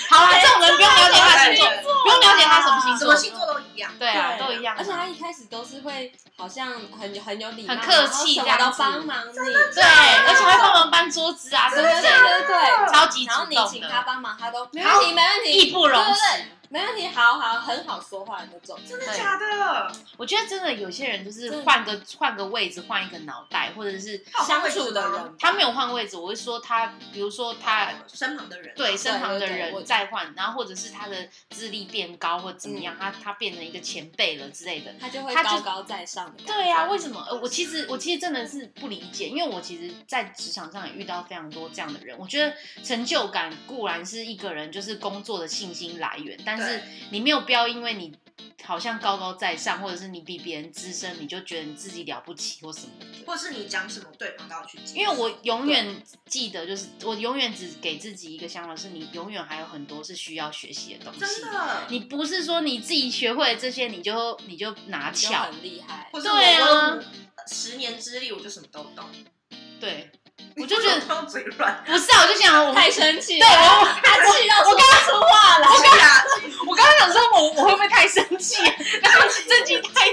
Speaker 3: 好啦，这种人不用了解他的星座，
Speaker 4: 对
Speaker 3: 不用了解他什么星
Speaker 4: 什
Speaker 3: 座
Speaker 4: 么，星座都一样。
Speaker 3: 对啊，都一样啊。
Speaker 5: 而且他一开始都是会好像很很有礼貌，
Speaker 3: 很客气
Speaker 5: 然后什么
Speaker 3: 这样子
Speaker 5: 都帮忙你，
Speaker 3: 对，而且还帮忙搬桌子啊什
Speaker 5: 啊对
Speaker 3: 么
Speaker 5: 对
Speaker 3: 之类的，
Speaker 5: 对对，
Speaker 3: 超级主
Speaker 5: 然后你
Speaker 3: 动
Speaker 5: 请他
Speaker 3: 的，
Speaker 5: 帮忙，他都没问题，没问题，
Speaker 3: 义不容
Speaker 5: 对
Speaker 3: 辞。
Speaker 5: 对对没问题，好好，很好说话的那种。
Speaker 4: 真的
Speaker 3: 对
Speaker 4: 假的？
Speaker 3: 我觉得真的有些人就是
Speaker 5: 对
Speaker 3: 换个换个位置，换一个脑袋，或者是
Speaker 4: 好
Speaker 5: 相处的人，
Speaker 3: 他没有换位置，我会说他，比如说他
Speaker 4: 身旁的人，
Speaker 3: 对身旁的
Speaker 5: 对对我
Speaker 3: 人再换，然后或者是他的资历变高或怎么
Speaker 5: 嗯
Speaker 3: 样，他他变成一个前辈了之类的。
Speaker 5: 他就会
Speaker 3: 他就
Speaker 5: 高高在上的感觉。
Speaker 3: 对啊，为什么？呃，我其实我其实真的是不理解，因为我其实，在职场上也遇到非常多这样的人。我觉得成就感固然是一个人就是工作的信心来源，但是
Speaker 4: 对
Speaker 3: 你没有必要因为你好像高高在上，或者是你比别人资深，你就觉得你自己了不起或什么的。
Speaker 4: 或是你讲什么，对方都要去接
Speaker 3: 因为我永远记得，就是我永远只给自己一个想法，是你永远还有很多是需要学习的东
Speaker 4: 真
Speaker 3: 西。
Speaker 4: 的，
Speaker 3: 你不是说你自己学会了这些，你就你就拿
Speaker 5: 就
Speaker 3: 翘，
Speaker 5: 很厉害，
Speaker 4: 或是
Speaker 3: 对啊
Speaker 4: 我我十年之力，我就什么都懂。
Speaker 3: 对，我就觉得
Speaker 4: 超嘴
Speaker 3: *laughs*
Speaker 4: 软，
Speaker 3: 不是啊，我就想我们
Speaker 5: *laughs* 太生气了，
Speaker 3: 对啊我
Speaker 5: 他气到我刚刚说话 *laughs* 了。
Speaker 4: 真假的
Speaker 3: 我刚刚想说我我会不会太生
Speaker 4: *laughs*
Speaker 3: 气、啊？然后这集太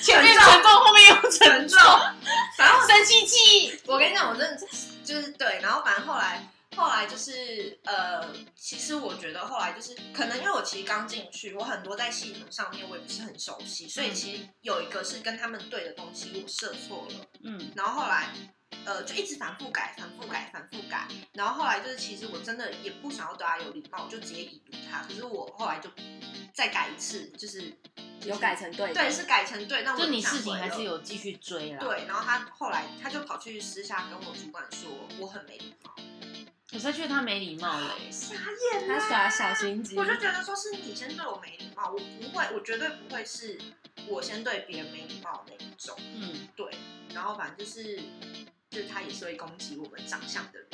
Speaker 3: 前面沉重，后面又沉
Speaker 4: 沉
Speaker 3: 重
Speaker 4: 重，。然后
Speaker 3: 生气气。
Speaker 4: 我跟你讲，我真的就是对，然后反正后来后来就是呃，其实我觉得后来就是可能因为我其实刚进去，我很多在系统上面我也不是很熟悉，所以其实有一个是跟他们对的东西我设错了。
Speaker 3: 嗯，
Speaker 4: 然后后来，呃，就一直反复改、反复改、反复改。然后后来就是，其实我真的也不想要对他有礼貌，我就直接已读他。可是我后来就再改一次，就是
Speaker 5: 有改成对的，
Speaker 4: 对，是改成对，但我
Speaker 3: 就
Speaker 4: 也
Speaker 3: 你
Speaker 4: 不想
Speaker 3: 事情
Speaker 4: 回
Speaker 3: 还
Speaker 4: 了
Speaker 3: 是有继续追啦。，
Speaker 4: 对。然后他后来他就跑去私下跟我主管说我很没礼貌，
Speaker 3: 我才觉得他没礼貌嘞。
Speaker 4: 傻眼啊
Speaker 5: 他耍小心机
Speaker 4: 我，就觉得说是你先对我没礼貌，我不会，我绝对不会是我先对别人没礼貌那一种。
Speaker 3: 嗯，
Speaker 4: 对，然后反正就是，就是他也是会攻击我们长相的人。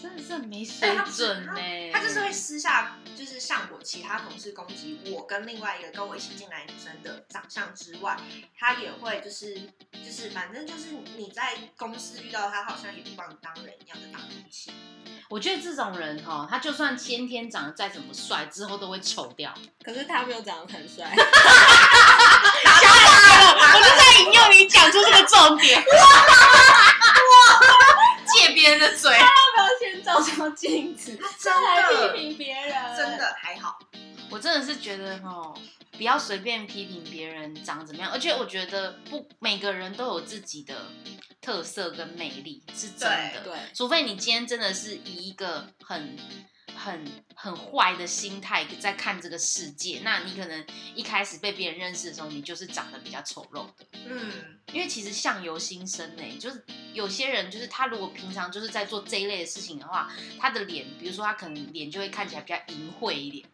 Speaker 3: 真的是很没水准呢、
Speaker 4: 他就是会私下就是像我其他同事攻击我跟另外一个跟我一起进来女生的长相之外，他也会就是就是反正就是你在公司遇到他，好像也不把你当人一样的打东西。
Speaker 3: 我觉得这种人哈、他就算先天长得再怎么帅，之后都会丑掉。
Speaker 5: 可是他没有长得很帅，
Speaker 3: 想法了，我就在引诱你讲出这个重
Speaker 4: *laughs*
Speaker 3: 点。哇哇！借别人的嘴，
Speaker 5: 他没有先照照镜子，再来批评别人，
Speaker 4: 真。的还好，
Speaker 3: 我真的是觉得哦，不要随便批评别人长怎么样，而且我觉得不每个人都有自己的特色跟魅力，是真的。
Speaker 5: 对，
Speaker 3: 除非你今天真的是以一个很很很坏的心态在看这个世界，那你可能一开始被别人认识的时候，你就是长得比较丑陋的。
Speaker 4: 嗯，
Speaker 3: 因为其实相由心生呢、就是有些人就是他如果平常就是在做这一类的事情的话，他的脸，比如说他可能脸就会看起来比较淫秽一点，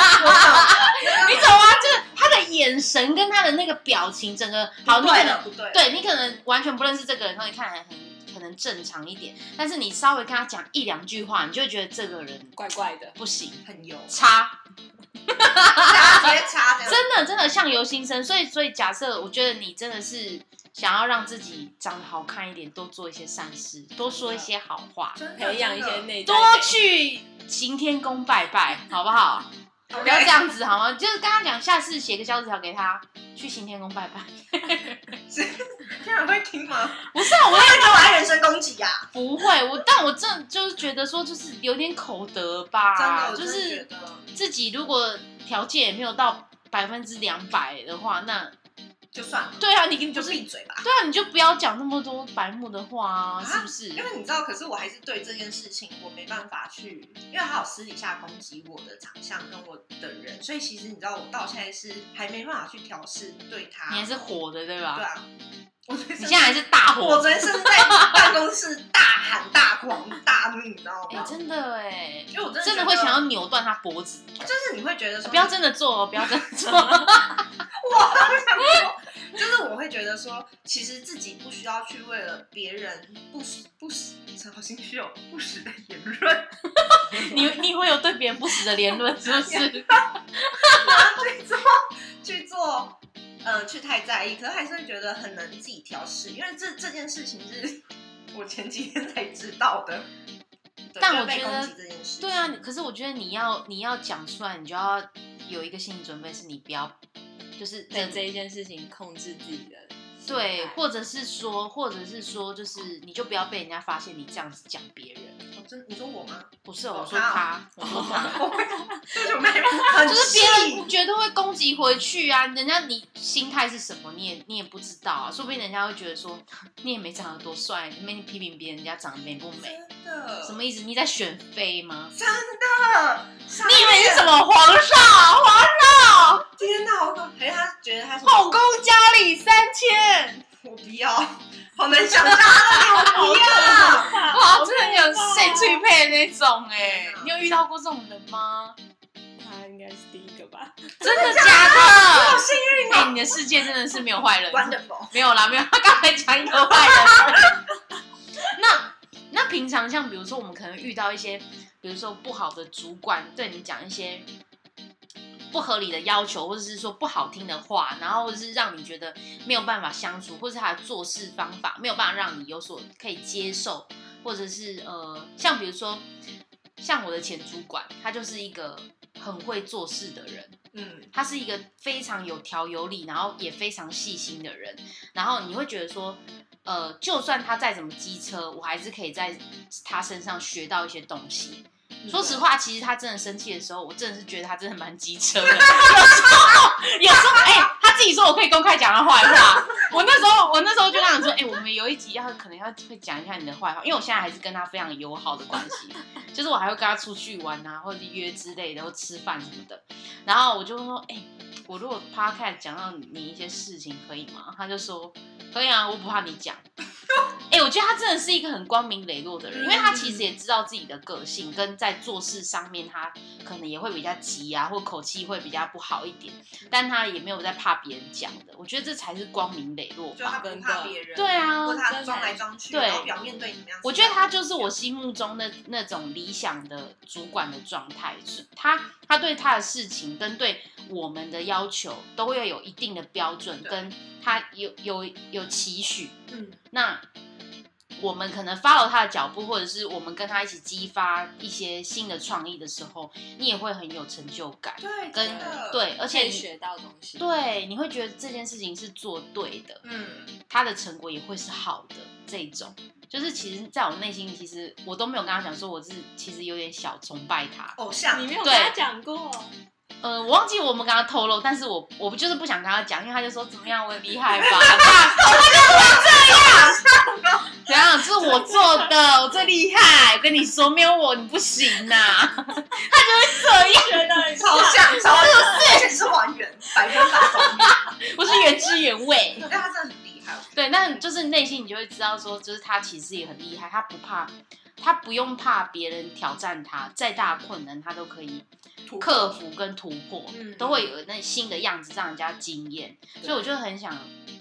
Speaker 3: 你懂吗？就是他的眼神跟他的那个表情，整个好，
Speaker 4: 不
Speaker 3: 你可
Speaker 4: 对
Speaker 3: 能
Speaker 4: 了，不对，，
Speaker 3: 对你可能完全不认识这个人，然后你看起来很可能正常一点，但是你稍微跟他讲一两句话，你就会觉得这个人
Speaker 5: 怪怪
Speaker 3: *laughs*
Speaker 5: 的。
Speaker 3: 不行，
Speaker 4: 很油，
Speaker 3: 差，
Speaker 4: 差直接差的，
Speaker 3: 真的真的相由心生，所以所以假设我觉得你真的是想要让自己长得好看一点，多做一些善事，多说一些好话，
Speaker 4: 真的
Speaker 5: 培养一些，内在
Speaker 3: 多
Speaker 5: 美
Speaker 3: 去行天宫拜拜，好不好？ *laughs*
Speaker 4: 真的
Speaker 3: 不要这，
Speaker 4: *laughs*
Speaker 3: 样子好吗？就是刚刚讲，下次写个小纸条给他，去行天宫拜拜。
Speaker 4: OK，这样会听
Speaker 3: *laughs*
Speaker 4: 吗？
Speaker 3: 不是啊，我
Speaker 4: 会对我来人身攻击啊呀，
Speaker 3: 不会，我 *laughs* 但我真的就是觉得说，就是有点口德吧，
Speaker 4: 真的，我
Speaker 3: 就
Speaker 4: 真的觉
Speaker 3: 是
Speaker 4: 得
Speaker 3: 自己如果条件也没有到百分之两百的话，那
Speaker 4: 就算了，
Speaker 3: 对啊，你
Speaker 4: 你就
Speaker 3: 不是
Speaker 4: 闭嘴吧。
Speaker 3: 对啊，你就不要讲那么多白目的话啊，
Speaker 4: 啊
Speaker 3: 是不是？
Speaker 4: 因为你知道，可是我还是对这件事情我没办法去，因为他有私底下攻击我的长相跟我的人，所以其实你知道，我到现在是还没办法去调试对他。
Speaker 3: 你还是火的对吧？
Speaker 4: 啊对啊，我你
Speaker 3: 你现在还是大
Speaker 4: 我
Speaker 3: 火，
Speaker 4: 昨天甚至在办公室大喊大狂大怒，你知道
Speaker 3: 哎、
Speaker 4: 吗？
Speaker 3: 真的哎、
Speaker 4: 因为我真的
Speaker 3: 真的
Speaker 4: 觉得
Speaker 3: 会想要，扭断他脖子，
Speaker 4: 就是你会觉得说
Speaker 3: 不要真的做哦，不要真的
Speaker 4: *laughs*
Speaker 3: 做，
Speaker 4: 就是我会觉得说，其实自己不需要去为了别人不实不实，好心虚哦，不实的言论，
Speaker 3: 你你会有对别人不实的言论，是不是？
Speaker 4: 去做去做，呃，去太在意，可是还是会觉得很难自己调试，因为这这件事情是我前几天才知道的。对
Speaker 3: 但
Speaker 4: 就
Speaker 3: 我
Speaker 4: 被
Speaker 3: 觉
Speaker 4: 攻
Speaker 3: 得
Speaker 4: 击这件事，
Speaker 3: 对啊，你可是我觉得你要你要讲出来，你就要有一个心理准备，是你不要就是
Speaker 5: 对
Speaker 3: 真
Speaker 5: 这一件事情控制自己的心态，
Speaker 3: 对，或者是说，或者是说，就是你就不要被人家发现你这样子讲别人。
Speaker 4: 哦真你说
Speaker 3: *laughs*
Speaker 4: 我吗？
Speaker 3: 不是，
Speaker 4: 哦
Speaker 3: 我说
Speaker 4: 他
Speaker 3: 他，我说
Speaker 4: *laughs*
Speaker 3: 他， *laughs*
Speaker 4: 这种妹妹很
Speaker 3: 就是别
Speaker 4: 细
Speaker 3: 人绝对会攻击回去啊！人家你心态是什么，你也你也不知道啊，说不定人家会觉得说你也没长得多帅，你没批评别人家长得美不美，
Speaker 4: 真的
Speaker 3: 什么意思？你在选妃吗？
Speaker 4: 真的？
Speaker 3: 你以
Speaker 4: 傻
Speaker 3: 为
Speaker 4: 眼
Speaker 3: 是什？么皇上？皇
Speaker 4: 天哪，好可怕！可是他觉得他是
Speaker 3: 后宫佳丽三千，
Speaker 4: 我不要，好难想象啊！我不要，
Speaker 3: *laughs* 哇，真的有谁最配那种哎、
Speaker 4: 天哪
Speaker 3: 你有遇到过这种人吗？
Speaker 5: 他应该是第一个吧。
Speaker 3: 真的假的
Speaker 4: 好？幸运
Speaker 3: 哎、
Speaker 4: 哦
Speaker 3: 你的世界真的是没有坏人，
Speaker 4: ，wonderful。
Speaker 3: 没有啦，没有。他刚才讲一个坏人。 *laughs* 那那平常像比如说，我们可能遇到一些，比如说不好的主管对你讲一些不合理的要求，或者是说不好听的话，然后是让你觉得没有办法相处，或者是他的做事方法没有办法让你有所可以接受，或者是呃，像比如说像我的前主管，他就是一个很会做事的人，
Speaker 4: 嗯，
Speaker 3: 他是一个非常有条有理，然后也非常细心的人。然后你会觉得说，呃，就算他再怎么机车，我还是可以在他身上学到一些东西。说实话，其实他真的生气的时候，我真的是觉得他真的蛮机车的。有时候，有时候，哎、他自己说我可以公开讲他坏话。我那时候，我那时候就跟他说，哎、我们有一集要可能要会讲一下你的坏话，因为我现在还是跟他非常友好的关系，就是我还会跟他出去玩啊，或者是约之类的，或吃饭什么的。然后我就说，哎、我如果 podcast 讲到你一些事情可以吗？他就说可以啊，我不怕你讲。哎、我觉得他真的是一个很光明磊落的人，因为他其实也知道自己的个性，跟在做事上面他可能也会比较急啊，或口气会比较不好一点，但他也没有在怕别人讲的。我觉得这才是光明磊落
Speaker 4: 就他
Speaker 3: 吧。
Speaker 4: 不怕别人，
Speaker 3: 对，啊
Speaker 4: 或，他装来装去，
Speaker 3: 对
Speaker 4: 然后表面对你那样。
Speaker 3: 我觉得他就是我心目中的那种理想的主管的状态，是他他对他的事情跟对我们的要求都会有一定的标准，
Speaker 4: 对
Speaker 3: 跟他有有有期许。
Speaker 4: 嗯，
Speaker 3: 那我们可能 follow 他的脚步，或者是我们跟他一起激发一些新的创意的时候，你也会很有成就感，
Speaker 4: 对，
Speaker 3: 跟
Speaker 4: 真的，
Speaker 3: 对，而
Speaker 5: 而
Speaker 3: 且
Speaker 5: 且
Speaker 3: 你
Speaker 5: 学到东西，，
Speaker 3: 对你会觉得这件事情是做对的，
Speaker 4: 嗯，
Speaker 3: 他的成果也会是好的这一种。就是其实，在我内心，其实我都没有跟他讲说我是其实有点小崇拜他。
Speaker 4: 偶像
Speaker 5: 你，没有
Speaker 3: 对
Speaker 5: 跟他讲过，
Speaker 3: 呃，我忘记我们跟他透露，但是我我不就是不想跟他讲，因为他就说怎么样我很厉害吧， *laughs* 他就说这样，怎样是我做的，我最厉害，我跟跟你说，没有我你不行呐、 *laughs*
Speaker 5: 觉得
Speaker 4: 超像，超像，而且是还原，百分百还原。
Speaker 3: 我是原汁原味。
Speaker 4: 但他真的很厉害，我觉
Speaker 3: 对，那就是内心你就会知道说，就是他其实也很厉害，他不怕，他不用怕别人挑战他，再大的困难他都可以
Speaker 4: 得突破
Speaker 3: 克服跟突破，
Speaker 4: 嗯
Speaker 3: 都会有那新的样子让人家惊艳。
Speaker 5: 对
Speaker 3: 所以我就很想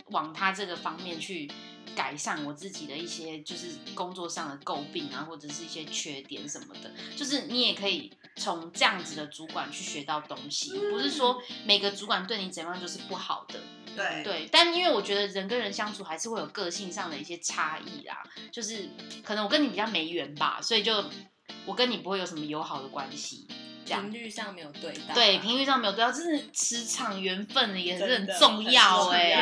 Speaker 3: 往他这个方面去改善我自己的一些就是工作上的诟病啊，或者是一些缺点什么的。就是你也可以从这样子的主管去学到东西，不是说
Speaker 4: 嗯
Speaker 3: 每个主管对你怎样就是不好的。
Speaker 4: 对
Speaker 3: 对，但因为我觉得人跟人相处还是会有个性上的一些差异啦，就是可能我跟你比较没缘吧，所以就我跟你不会有什么友好的关系。这样
Speaker 5: *laughs* 频率上没有对到，啊
Speaker 3: 对，频率上没有对到，真的磁场缘分也是
Speaker 5: 真
Speaker 3: 很
Speaker 5: 的
Speaker 3: 重要
Speaker 5: 很重
Speaker 3: 哎、
Speaker 5: 要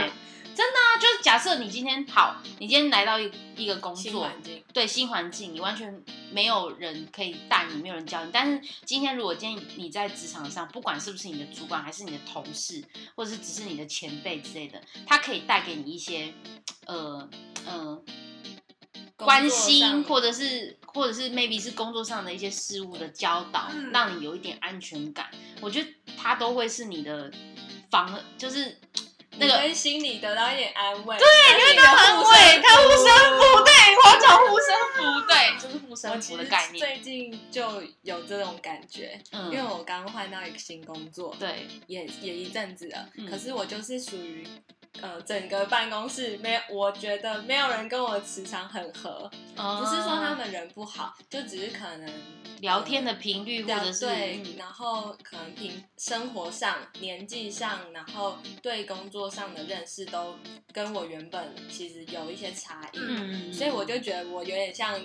Speaker 3: 真的啊，就是假设你今天好，你今天来到一一个工
Speaker 5: 新
Speaker 3: 作，
Speaker 5: 环境，
Speaker 3: 对新环境，你完全没有人可以带你，没有人教你。但是今天如果今天你在职场上，不管是不是你的主管，还是你的同事，或者是只是你的前辈之类的，他可以带给你一些，呃呃，关心，或者是或者是 maybe 是工作上的一些事物的教导，
Speaker 4: 嗯
Speaker 3: 让你有一点安全感。我觉得他都会是你的防，就是那
Speaker 5: 那
Speaker 3: 个
Speaker 5: 个心里得到一点安慰，对，因为他
Speaker 3: 很伟，他护身符，对，黄角护身符，对，就是护
Speaker 5: 我
Speaker 3: 身
Speaker 5: 其
Speaker 3: 符的
Speaker 5: 实
Speaker 3: 概念，
Speaker 5: 最近就有这种感觉，因为
Speaker 3: 嗯，
Speaker 5: 我刚换到一个新工作，
Speaker 3: 对，
Speaker 5: 也也一阵子了，
Speaker 3: 嗯
Speaker 5: 可是我就是属于。呃，整个办公室没有，我觉得没有人跟我磁场很合，
Speaker 3: 不
Speaker 5: 不是说他们人不好，就只是可能
Speaker 3: 哦聊天的频率或
Speaker 5: 对啊
Speaker 3: 者是
Speaker 5: 对，
Speaker 3: 嗯
Speaker 5: 然后可能平生活上、年纪上，然后对工作上的认识都跟我原本其实有一些差异，
Speaker 3: 嗯，
Speaker 5: 所以我就觉得我有点像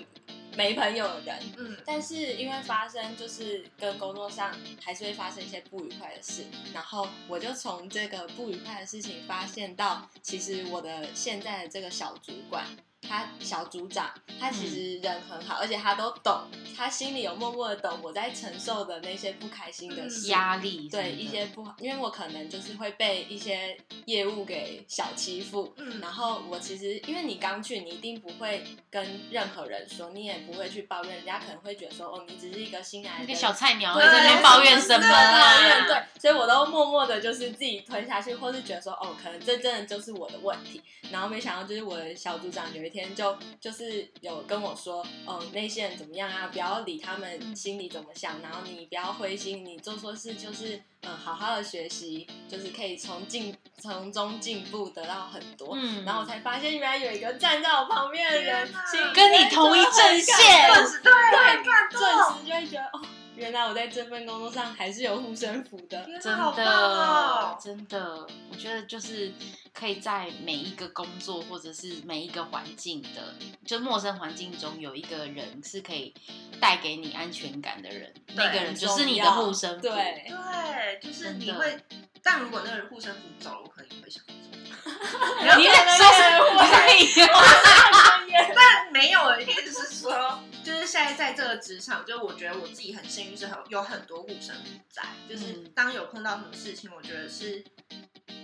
Speaker 5: 没朋友的人。
Speaker 4: 嗯，
Speaker 5: 但是因为发生就是跟工作上还是会发生一些不愉快的事，然后我就从这个不愉快的事情发现到，其实我的现在的这个小主管。他小组长，他
Speaker 3: 嗯
Speaker 5: 其实人很好，而且他都懂，他心里有默默的懂我在承受的那些不开心的
Speaker 3: 嗯
Speaker 5: 事，
Speaker 3: 压力什么的
Speaker 5: 对一些不好，因为我可能就是会被一些业务给小欺负，
Speaker 4: 嗯
Speaker 5: 然后我其实因为你刚去，你一定不会跟任何人说，你也不会去抱怨，人家可能会觉得说，哦，你只是一个新来
Speaker 3: 那
Speaker 5: 的
Speaker 3: 个小菜鸟
Speaker 5: 对
Speaker 3: 在那边抱怨什么啊？
Speaker 5: 抱怨，对，所以我都默默的就是自己吞下去，或是觉得说，哦，可能这真的就是我的问题。然后没想到就是我的小组长有一天就就是有跟我说，哦，那些人怎么样啊？不要理他们心里怎么想，然后你不要灰心，你做错事就是嗯，好好的学习，就是可以从进从中进步，得到很多。
Speaker 3: 嗯，
Speaker 5: 然后我才发现，原来有一个站在我旁边的人
Speaker 4: 天哪，
Speaker 5: 心里
Speaker 3: 跟你
Speaker 5: 面
Speaker 3: 同一
Speaker 5: 真的
Speaker 3: 阵
Speaker 5: 很感
Speaker 3: 线
Speaker 5: 动
Speaker 4: 顿时对，很感动，
Speaker 5: 顿时就会觉得哦，原来我在这份工作上还是有护身符的。
Speaker 4: 天
Speaker 3: 真
Speaker 4: 哪好棒
Speaker 3: 的
Speaker 4: 哦，
Speaker 3: 真的，我觉得就是可以在每一个工作或者是每一个环境的，就陌生环境中有一个人是可以带给你安全感的人，那个人就是你的护身符。
Speaker 5: 对， *laughs*
Speaker 4: 对，就是你
Speaker 3: 真的
Speaker 4: 会，但如果那个护身符走了，我可能也
Speaker 3: *laughs*
Speaker 4: 会想走，
Speaker 3: 你在 *laughs* 说什么？
Speaker 4: *laughs*
Speaker 5: *laughs*
Speaker 4: 但没有欸的意思是说，就是现在在这个职场，就是我觉得我自己很幸运，是很有很多护身符在，就是
Speaker 3: 嗯
Speaker 4: 当有碰到什么事情，我觉得是。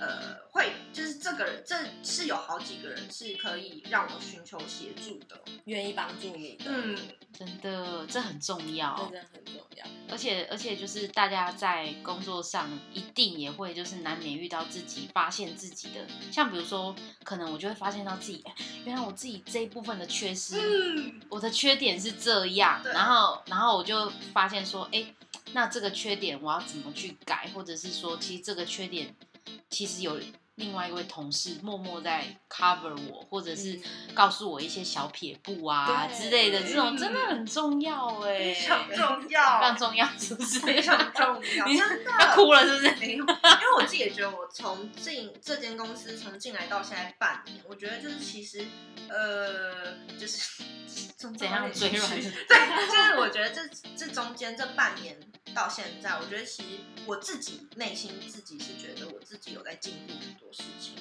Speaker 4: 呃，会就是这个人，这是有好几个人是可以让我寻求协助的。
Speaker 5: 愿意帮助你的，
Speaker 4: 嗯，
Speaker 3: 真的，这很重要。
Speaker 5: 这真的很重要。
Speaker 3: 而且而且就是大家在工作上一定也会就是难免遇到自己发现自己的，像比如说，可能我就会发现到自己，哎原来我自己这一部分的缺失，
Speaker 4: 嗯，
Speaker 3: 我的缺点是这样，
Speaker 4: 对
Speaker 3: 然后然后我就发现说，哎、那这个缺点我要怎么去改，或者是说，其实这个缺点其实有。另外一位同事默默在 cover 我，或者是
Speaker 5: 嗯
Speaker 3: 告诉我一些小撇步啊
Speaker 5: 对
Speaker 3: 之类的，这种真的很重要哎、
Speaker 4: 嗯非常重
Speaker 3: 非常
Speaker 4: 要，
Speaker 3: 重要，是不是？
Speaker 4: 非常重要，
Speaker 3: 你
Speaker 4: 真
Speaker 3: *laughs*
Speaker 4: 的
Speaker 3: 要哭了是不 *laughs* 是？
Speaker 4: 没有，因为我自己也觉得，我从进这间公司从进来到现在半年，我觉得就是其实呃，就是 *laughs*
Speaker 3: 怎样嘴软 *laughs*
Speaker 4: 对，就是我觉得这这中间这半年到现在，我觉得其实我自己内心自己是觉得我自己有在进步很多事情。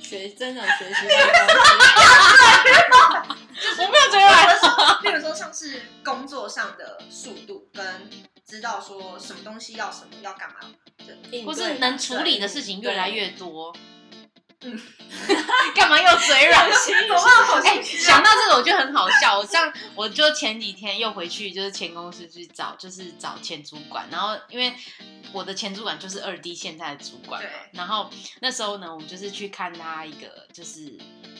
Speaker 5: 学真的学习到东
Speaker 3: 我没有嘴软，
Speaker 4: 例如说像是工作上的速度跟知道说什么东西要什么要干嘛，
Speaker 3: *laughs*
Speaker 5: 西，应对
Speaker 3: 或是能处理的事情越来越多。
Speaker 4: 嗯，
Speaker 3: *laughs* 干嘛又嘴
Speaker 4: *laughs*
Speaker 3: 软心
Speaker 4: 怎么办好
Speaker 3: 哎、
Speaker 4: 心虚啊
Speaker 3: 想到这个我就很好笑。我这样，我就前几天又回去，就是前公司去找，就是找前主管。然后因为我的前主管就是二 D 现在的主管嘛
Speaker 4: 对，
Speaker 3: 然后那时候呢，我们就是去看他一个，就是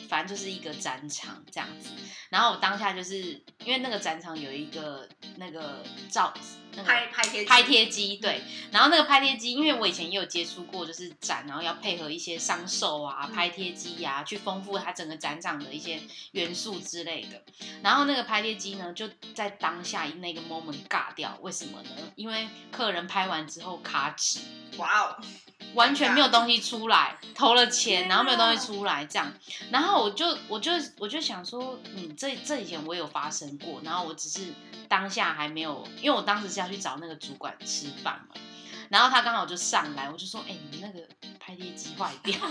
Speaker 3: 反正就是一个展场这样子。然后我当下就是因为那个展场有一个那个照那个
Speaker 4: 拍拍贴机嗯
Speaker 3: 拍贴机，对。然后那个拍贴机，因为我以前也有接触过，就是展，然后要配合一些商售
Speaker 4: 嗯
Speaker 3: 啊、拍贴机呀、去丰富它整个展场的一些元素之类的。然后那个拍贴机呢，就在当下那个 moment 尬掉，为什么呢？因为客人拍完之后卡纸，
Speaker 4: 哇
Speaker 3: *laughs*
Speaker 4: 哦，
Speaker 3: 完全没有东西出来，投了钱，然后没有东西出来，这样，然后我就我就我就想说，嗯，这这以前我有发生过，然后我只是当下还没有，因为我当时是要去找那个主管吃饭嘛，然后他刚好就上来，我就说，哎、你那个拍贴机坏掉，
Speaker 4: 好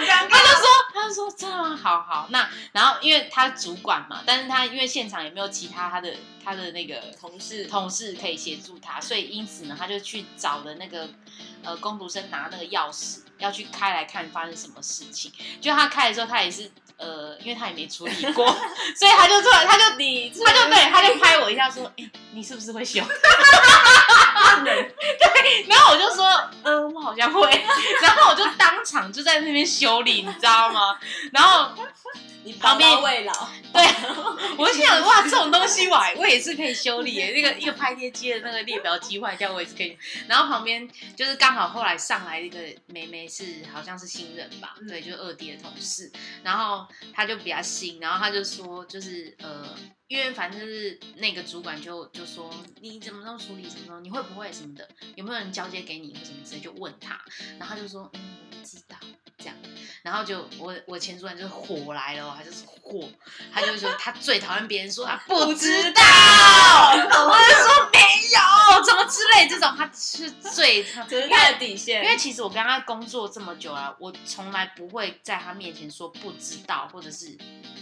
Speaker 4: 尴尬，
Speaker 3: *laughs*
Speaker 4: 哦
Speaker 3: 他就说真的吗？好好，那然后因为他主管嘛，但是他因为现场也没有其他他的他的那个
Speaker 5: 同事
Speaker 3: 同事可以协助他，所以因此呢，他就去找了那个呃工读生拿那个钥匙要去开来看发生什么事情。就他开的时候，他也是呃，因为他也没处理过，所以他就突然他就
Speaker 5: 你
Speaker 3: 他就对他就拍我一下说：“哎、你是不是会修？”对，然后我就说：“嗯、我好像会。”然后我就当场就在那边修理，你知道吗？然后
Speaker 5: 你
Speaker 3: 旁
Speaker 5: 旁
Speaker 3: 边
Speaker 5: 边未老，
Speaker 3: 对， *laughs* 我就想哇，这种东西我还我也是可以修理耶，那个一个拍贴机的那个列表机坏掉，我也是可以。然后旁边就是刚好后来上来一个妹妹是好像是新人吧，对，就是二弟的同事，然后他就比较新，然后他就说就是呃。因为反正就是那个主管就就说你怎么弄处理什么什么，你会不会什么的，有没有人交接给你或什么之类，就问他，然后他就说嗯我不知道这样，然后就我我前主管就是火来了哦，他就是火他就说他最讨厌别人说他不知道，我就说没有，怎么之类这种，他是最他
Speaker 5: *laughs* 这是
Speaker 3: 因为
Speaker 5: 他的底线
Speaker 3: 因。为其实我跟他工作这么久啊，我从来不会在他面前说不知道或者是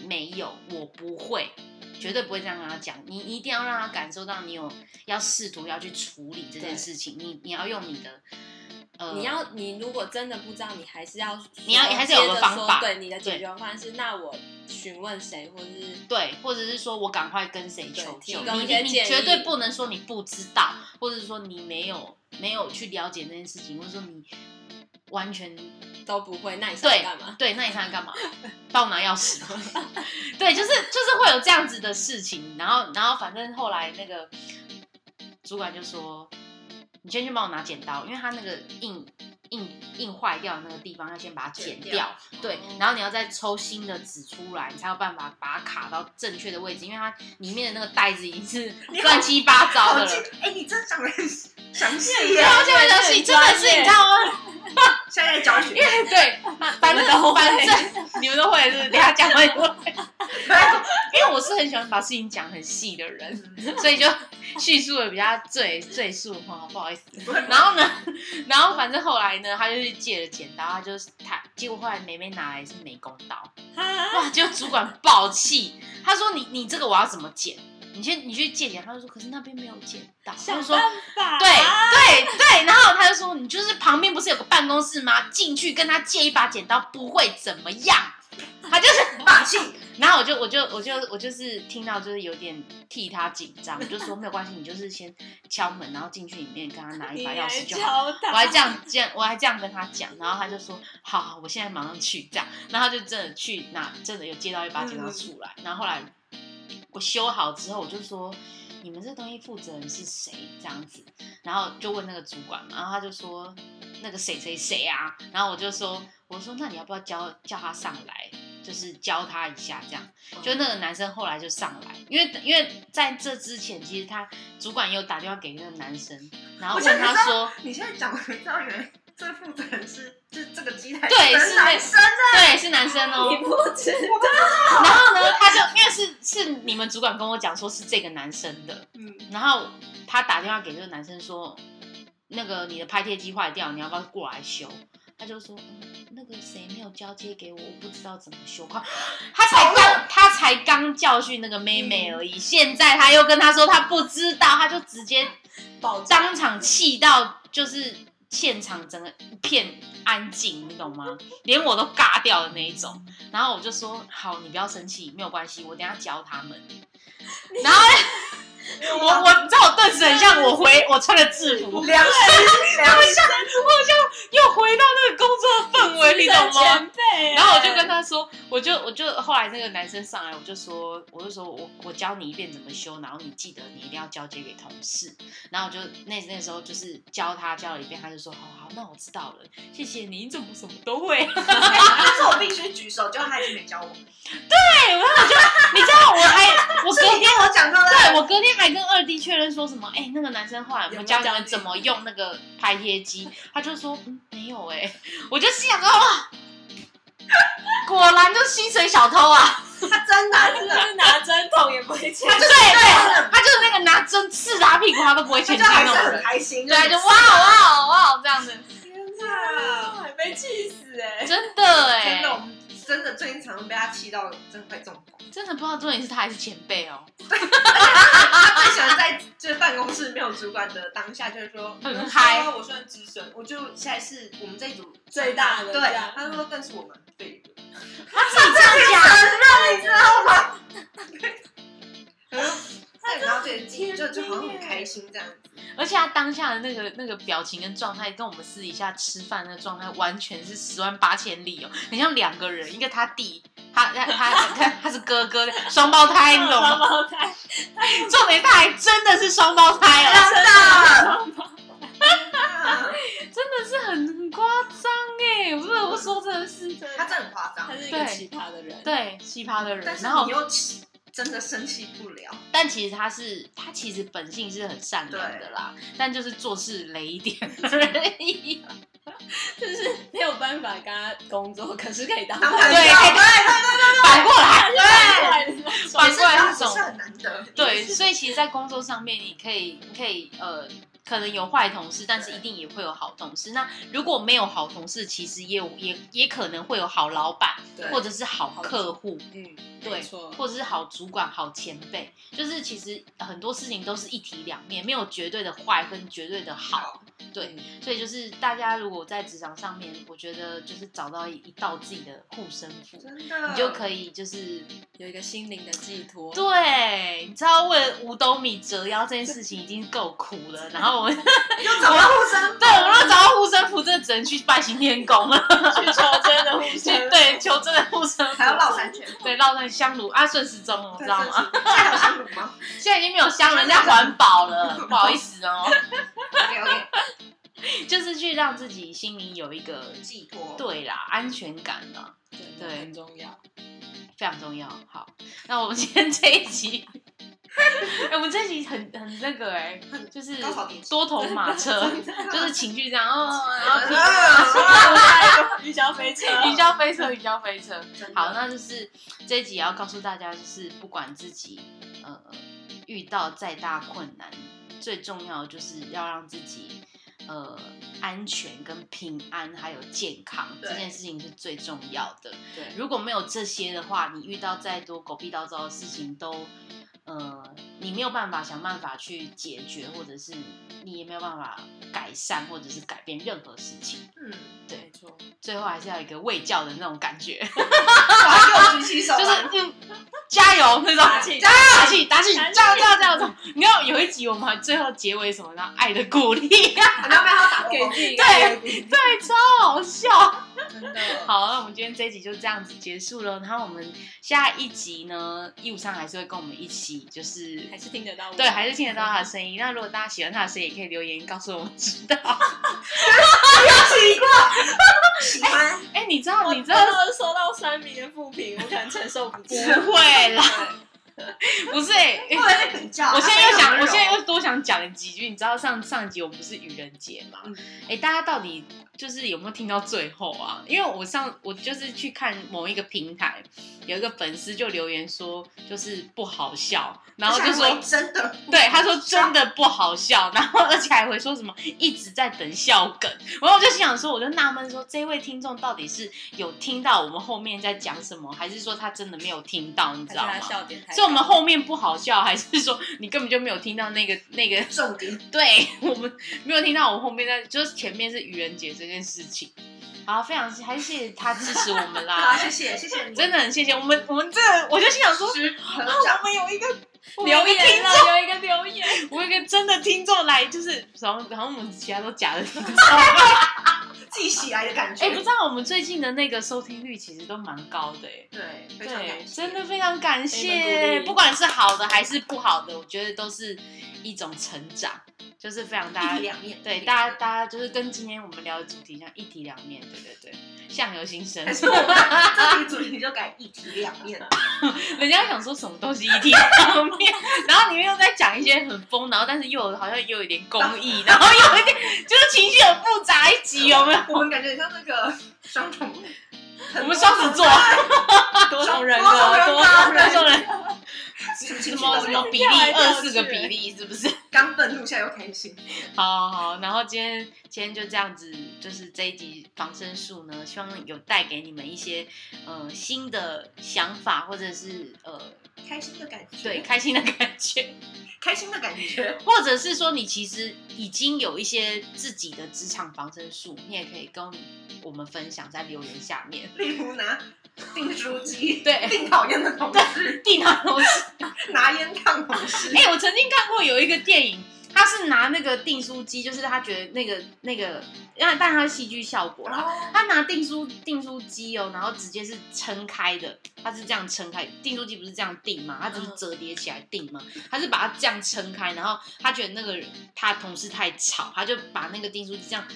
Speaker 3: 没有，我不会，绝对不会这样跟他讲。你一定要让他感受到你有要试图要去处理这件事情，你你要用你的呃，
Speaker 5: 你要，你如果真的不知道，你还是要说，
Speaker 3: 你要还是有个
Speaker 5: 接着
Speaker 3: 方
Speaker 5: 说
Speaker 3: 法
Speaker 5: 对，你的
Speaker 3: 对
Speaker 5: 解决方案是，那我询问谁，或是
Speaker 3: 对，或者是说我赶快跟谁求
Speaker 5: 对
Speaker 3: 救，
Speaker 5: 提供
Speaker 3: 你
Speaker 5: 一些
Speaker 3: 你
Speaker 5: 建
Speaker 3: 绝
Speaker 5: 议嗯
Speaker 3: 对不能说你不知道，或者说你没有没有去了解那件事情，或者说你完全
Speaker 5: 都不会，那你想
Speaker 3: 对
Speaker 5: 干嘛？
Speaker 3: 对，那你想干嘛？帮我拿钥匙 *laughs* 吗？对，就是就是会有这样子的事情，然后然后反正后来那个主管就说，你先去帮我拿剪刀，因为他那个硬硬硬坏掉的那个地方要先把它剪
Speaker 4: 剪
Speaker 3: 掉，
Speaker 4: 掉哦
Speaker 3: 对，然后你要再抽新的纸出来，你才有办法把它卡到正确的位置，因为它里面的那个袋子已经 *laughs* 是乱七八糟
Speaker 4: 好
Speaker 3: 的了。
Speaker 4: 精，哎，你真讲的
Speaker 3: *laughs*
Speaker 4: 很详细
Speaker 5: 你
Speaker 4: 耶
Speaker 5: 知，道
Speaker 3: 这个东西真的是你知道吗？
Speaker 4: 现在在教 *laughs* 学，
Speaker 3: *laughs* 对，反正
Speaker 5: 都会
Speaker 3: 反正 *laughs* 你们都会是不是？等一下讲会不会？
Speaker 4: 没有
Speaker 3: 因为我是很喜欢把事情讲很细的人，所以就叙述的比较赘赘述哈，不好意思。然后呢，然后反正后来呢，他就去借了剪刀，他就是他，结果后来梅梅拿来是美工刀，哇！结果主管暴气，他说你你这个我要怎么剪？你去你去借剪，他就说可是那边没有剪刀，他就
Speaker 5: 想
Speaker 3: 说
Speaker 5: 办法。
Speaker 3: 对对对，然后他就说：“你就是旁边不是有个办公室吗？进去跟他借一把剪刀，不会怎么样。”他就是
Speaker 4: 霸气，
Speaker 3: 然后我就我就我就我就是听到就是有点替他紧张，我就说没有关系，你就是先敲门，然后进去里面跟他拿一
Speaker 5: 你
Speaker 3: 把
Speaker 5: 来
Speaker 3: 钥匙就好。
Speaker 5: 教
Speaker 3: 我
Speaker 5: *laughs* 他，
Speaker 3: 还这样这样，我还这样跟他讲，然后他就说好好，我现在马上去这样，然后他就真的去拿，真的有借到一把剪刀出来，然后后来我修好之后，我就说你们这东西负责人是谁这样子，然后就问那个主管嘛，然后他就说那个谁谁谁啊，然后我就说我说那你要不要教叫他上来，就是教他一下这样。就那个男生后来就上来，因为因为在这之前，其实他主管也有打电话给那个男生，然后
Speaker 4: 我想
Speaker 3: 问他
Speaker 4: 知道
Speaker 3: 说，
Speaker 4: 你现在讲的教员最负责人是这这个机台
Speaker 3: 对是那
Speaker 4: 男生啊，
Speaker 3: 对，是男生哦、
Speaker 5: 你不知
Speaker 3: 然后呢，他就因为是是你们主管跟我讲说是这个男生的，
Speaker 5: 嗯
Speaker 3: 然后他打电话给这个男生说，那个你的拍贴机坏掉，你要不要过来修？他就说，嗯，那个谁没有交接给我，我不知道怎么修。 *gasps* 快，他才刚他才刚教训那个妹妹而已，现在他又跟他说他不知道，他就直接
Speaker 5: 保障
Speaker 3: 当场气到就是现场整个一片安静，你懂吗？连我都尬掉的那一种。然后我就说：“好，你不要生气，没有关系，我等一下教他们。”然后我我 *laughs* 你知道我顿时很像我回我穿了制服，我
Speaker 4: 良心，良
Speaker 3: 很
Speaker 4: 心
Speaker 3: 像我好像又回到那个工作氛围，你懂吗？
Speaker 5: 前辈，
Speaker 3: 哦 *laughs*
Speaker 5: 欸
Speaker 3: 然后我就跟他说，我就我就后来那个男生上来，我就说，我就说我我教你一遍怎么修，然后你记得你一定要交接给同事。然后我就那那时候就是教他教了一遍，他就说，好好，那我知道了，谢谢你，你怎么什么都会？
Speaker 4: 但是我必须举手，就他已经没教我。
Speaker 3: 对，然后我就你知道我还我
Speaker 4: 是
Speaker 3: 隔
Speaker 4: 你
Speaker 3: 天。
Speaker 4: 跟我讲到
Speaker 3: 对，
Speaker 4: 的，
Speaker 3: 我隔天还跟二弟确认说什么？哎、那个男生后来有没有
Speaker 5: 有
Speaker 3: 教
Speaker 5: 没
Speaker 3: 你
Speaker 5: 有教
Speaker 3: 们
Speaker 5: 你
Speaker 3: 怎么用那个拍贴机？他就说、嗯、没有哎、 *laughs* 我就心想说哇，果然就薪水小偷啊！
Speaker 4: 他真的，
Speaker 5: *laughs*
Speaker 4: 真的，
Speaker 5: 就是拿针筒也不会抢
Speaker 4: 他。就是
Speaker 3: 对
Speaker 4: 那种
Speaker 3: 对，他就是那个拿针刺他屁股他都不会
Speaker 4: 他
Speaker 3: 前
Speaker 4: 就
Speaker 3: 进
Speaker 4: 还
Speaker 3: 那
Speaker 4: 是
Speaker 3: 种
Speaker 4: 很
Speaker 3: 人，
Speaker 4: 开心，
Speaker 3: 对，就
Speaker 4: 就
Speaker 3: 哇哇哇这样子，
Speaker 4: 天哪！
Speaker 5: 啊还被气死哎、
Speaker 3: 真的
Speaker 4: 真
Speaker 3: 哎
Speaker 4: 的，我，们真的最近常常被他气到，真的快中风。
Speaker 3: 真的不知道重点是他还是前辈哦，
Speaker 4: 他最喜欢在就是办公室没有主管的当下，就是说
Speaker 3: 很嗨。
Speaker 4: 我算资深，我就现在是我们这一组
Speaker 5: 最大的
Speaker 4: 对
Speaker 5: 这样，
Speaker 4: 他说更是我们对的。
Speaker 3: 他自己这样讲，
Speaker 4: *laughs* 对，然后对，就就好像很开心这样子。
Speaker 3: 而且他当下的那个那个表情跟状态，跟我们私底下吃饭的状态完全是十万八千里哦，很像两个人，一个他弟，他他他他他是哥哥，双胞胎，你懂
Speaker 5: 双
Speaker 4: *laughs*
Speaker 3: 吗？
Speaker 5: 胞胎，
Speaker 3: 重点他还真的是双胞胎哦，
Speaker 4: 真的，
Speaker 3: 啊
Speaker 4: 啊
Speaker 3: 真的是很很夸张哎，不得不说真的是。
Speaker 4: 他真的很夸张
Speaker 5: 他，是一
Speaker 3: 对
Speaker 5: 个奇葩的人，
Speaker 3: 对，奇葩的人。
Speaker 4: 但是
Speaker 3: 然后
Speaker 4: 你，又气真的生气不了。
Speaker 3: 但其实他是他其实本性是很善良的啦，但就是做事雷一 *laughs* 点而已。
Speaker 5: 就是没有办法跟他工作，可是可以当
Speaker 4: 当
Speaker 5: 朋
Speaker 4: 朋
Speaker 5: 友
Speaker 4: 友，
Speaker 3: 对可以反过来，
Speaker 5: 对，
Speaker 3: *laughs* 反
Speaker 4: 是
Speaker 3: 过来那
Speaker 4: 是
Speaker 3: 种。
Speaker 4: 很难得。
Speaker 3: 对，所以其实，在工作上面，你可以，你可以，呃，可能有坏同事，但是一定也会有好同事。那如果没有好同事，其实也有也也可能会有好老板，
Speaker 4: 对
Speaker 3: 或者是好客户，
Speaker 5: 嗯，
Speaker 3: 对
Speaker 5: 没错，
Speaker 3: 或者是好主管、好前辈。就是其实很多事情都是一体两面，没有绝对的坏跟绝对的好。
Speaker 4: 好，
Speaker 3: 对，
Speaker 5: 嗯
Speaker 3: 所以就是大家如果在职场上面，我觉得就是找到一道自己的护身符，
Speaker 4: 真的，
Speaker 3: 你就可以就是
Speaker 5: 有一个心灵的寄托，
Speaker 3: 对，啊你知道为了五斗米折腰这件事情已经够苦了，然后我 *laughs* 们
Speaker 4: 以又找到护身
Speaker 3: 对，我们要找到护身符，真的只能去拜行天宫了，
Speaker 5: 去求真的互
Speaker 3: 去
Speaker 5: 相
Speaker 3: *laughs* 对求真的护身符，
Speaker 4: 还要绕三圈，
Speaker 3: 对绕在香炉啊顺时钟哦，知道吗？？
Speaker 4: 现在还有香炉吗
Speaker 3: 现在已经没有香，人家环保了，不好意思哦， *laughs*
Speaker 4: ？OK OK，
Speaker 3: 就是去让自己心里有一个
Speaker 4: 寄托。
Speaker 3: 对啦安全感哦啦。对
Speaker 5: 对，很重要。 *laughs*
Speaker 3: 非常重要。好，那我们今天这一集，哎、我们这一集很很那个哎、
Speaker 4: 很
Speaker 3: 就是
Speaker 4: 高潮迭起
Speaker 3: 多头马
Speaker 4: *laughs*
Speaker 3: 车，就是情绪这样哦，然后平
Speaker 4: 嗯
Speaker 3: *laughs*
Speaker 5: 云霄飞车，
Speaker 3: 云霄飞车，云霄飞车。
Speaker 4: 真的
Speaker 3: 好，那就是这一集也要告诉大家，就是不管自己呃遇到再大困难，最重要的就是要让自己呃安全、跟平安，还有健康
Speaker 4: 对
Speaker 3: 这件事情是最重要的。
Speaker 5: 对
Speaker 3: 如果没有这些的话，你遇到再多狗屁倒灶的事情都。呃，你没有办法想办法去解决，或者是你也没有办法改善，或者是改变任何事情。
Speaker 4: 嗯，
Speaker 5: 没错，
Speaker 3: 最后还是要有一个卫教的那种感
Speaker 5: *laughs*
Speaker 3: 觉，
Speaker 4: 哇，又举起手
Speaker 3: 就
Speaker 4: 了
Speaker 3: 是。嗯，加油那种
Speaker 5: 打气
Speaker 3: 加油打气，打气，加
Speaker 5: 打
Speaker 3: 油加
Speaker 5: 气
Speaker 3: 油加油加油！你知道有一集我们还最后结尾什么呢？爱的鼓励，对，
Speaker 4: 你要不要打给
Speaker 5: 给自己一个
Speaker 4: 对，
Speaker 3: 超好笑。
Speaker 4: 真的
Speaker 3: 好，那我们今天这一集就这样子结束了。然后我们下一集呢，一五三还是会跟我们一起，就是
Speaker 5: 还是听得到我，
Speaker 3: 对，还是听得到他的声音。那如果大家喜欢他的声音，也可以留言告诉我们知道。
Speaker 4: 奇怪，喜欢
Speaker 3: 哎，你知道，
Speaker 5: 我
Speaker 3: 你知道
Speaker 5: 我收到酸民的负评，我可能承
Speaker 3: *laughs*
Speaker 5: 受不住。
Speaker 3: 不会啦，不是哎。哎
Speaker 4: 不能再比较。啊
Speaker 3: 我现在又想，我现在
Speaker 4: 又
Speaker 3: 又多想讲几句。你知道上上集我们不是愚人节吗？哎、
Speaker 5: 嗯
Speaker 3: 大家到底就是有没有听到最后啊？因为我上我就是去看某一个平台，有一个粉丝就留言说，就是不好笑，然后就
Speaker 4: 而且还
Speaker 3: 说
Speaker 4: 会真的，
Speaker 3: 对，他说真的不好笑，然后而且还回说什么一直在等笑梗，然后我就心想说，我就纳闷说，这位听众到底是有听到我们后面在讲什么，还是说他真的没有听到，你知
Speaker 5: 还是
Speaker 3: 道吗
Speaker 5: 他？笑点太高？
Speaker 3: 所以我们后面不好笑，还是说你根本就没有听到那个那个？
Speaker 4: 重点
Speaker 3: 对我们没有听到我后面在，就是前面是愚人节这件事情。好，非常还是谢谢他支持我们
Speaker 4: 啊！
Speaker 5: *laughs*
Speaker 3: 啦，
Speaker 4: 谢谢谢谢你，
Speaker 3: 真的啊很谢谢我们，我们这我就心想说，
Speaker 4: 是很长，我们有一个
Speaker 3: 我们
Speaker 5: 留言了，有一个留
Speaker 3: *laughs*
Speaker 5: 言，
Speaker 3: 我有一个真的听众来，就是然后然后我们其他都假 *laughs* 的哎听众。
Speaker 4: 记起来的感觉。
Speaker 3: 哎、不知道我们最近的那个收听率其实都蛮高的哎、
Speaker 4: 对，非常
Speaker 3: 对，
Speaker 4: 感谢
Speaker 3: 真的非常感
Speaker 5: 非常鼓
Speaker 3: 谢，
Speaker 5: 励
Speaker 3: 不管是好的还是不好的，我觉得都是一种成长，就是非常
Speaker 4: 一
Speaker 3: 大
Speaker 4: 体
Speaker 3: 家
Speaker 4: 两面。
Speaker 3: 对大家大家就是跟今天我们聊的主题一样，一体两面，对对对，相由心生
Speaker 4: 还。是我们这里主题就改一体两面，
Speaker 3: 人家想说什么东西一体两面，然后你们又在讲一些很疯，然后但是又有好像又有一点公 *laughs* 益，然后又有一点就是情绪很复杂一集，有没有？
Speaker 4: 我们感觉很像那个双重， *laughs*
Speaker 3: 我们双子座，
Speaker 5: 多
Speaker 4: 重
Speaker 5: 重
Speaker 4: 人
Speaker 5: 人
Speaker 4: 格
Speaker 5: 格，多重
Speaker 3: 那
Speaker 5: 人
Speaker 3: 种人
Speaker 4: 什
Speaker 3: 什么什么比例二四个比例是不是？
Speaker 4: 刚愤怒，现在又开心。
Speaker 3: 好好好，然后今天今天就这样子，就是这一集防身术呢，希望有带给你们一些呃新的想法，或者是呃
Speaker 4: 开心的感觉，
Speaker 3: 对开心的感觉，
Speaker 4: 开心的感觉，
Speaker 3: 或者是说你其实已经有一些自己的职场防身术，你也可以跟我们分享在留言下面。
Speaker 4: 例如拿订书机，
Speaker 3: 对
Speaker 4: 订讨厌的同事，
Speaker 3: 地毯螺丝，
Speaker 4: 拿烟烫同
Speaker 3: *laughs*
Speaker 4: 事，
Speaker 3: 哎、我曾经看过有一个电影。他是拿那个订书机，就是他觉得那个那个，但但他是戏剧效果啦
Speaker 4: 然，后
Speaker 3: 他拿订书订书机哦，然后直接是撑开的，他是这样撑开，订书机不是这样订嘛，他只是折叠起来订嘛，他是把它这样撑开，然后他觉得那个人他同事太吵，他就把那个订书机这样嗯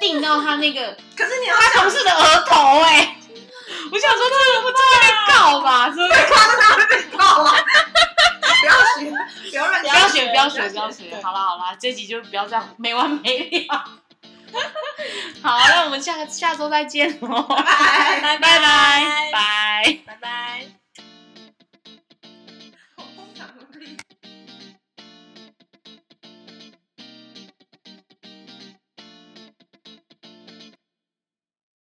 Speaker 3: 订到他那个
Speaker 4: 可是你要
Speaker 3: 他同事的额头哎、 *laughs* 我想说这个不这个被告吧，是不是？
Speaker 4: 到啊，不要学，不要乱
Speaker 3: 不
Speaker 4: 讲
Speaker 3: 要学，不要学，
Speaker 4: 不
Speaker 3: 不
Speaker 4: 要
Speaker 3: 要
Speaker 4: 学
Speaker 3: 学。好啦好啦，这集就不要这样没完没了。 *laughs* 好，那我们下下周再见哦，
Speaker 4: 拜。
Speaker 5: 拜
Speaker 3: 拜拜
Speaker 5: 拜
Speaker 3: 拜。
Speaker 5: 拜拜。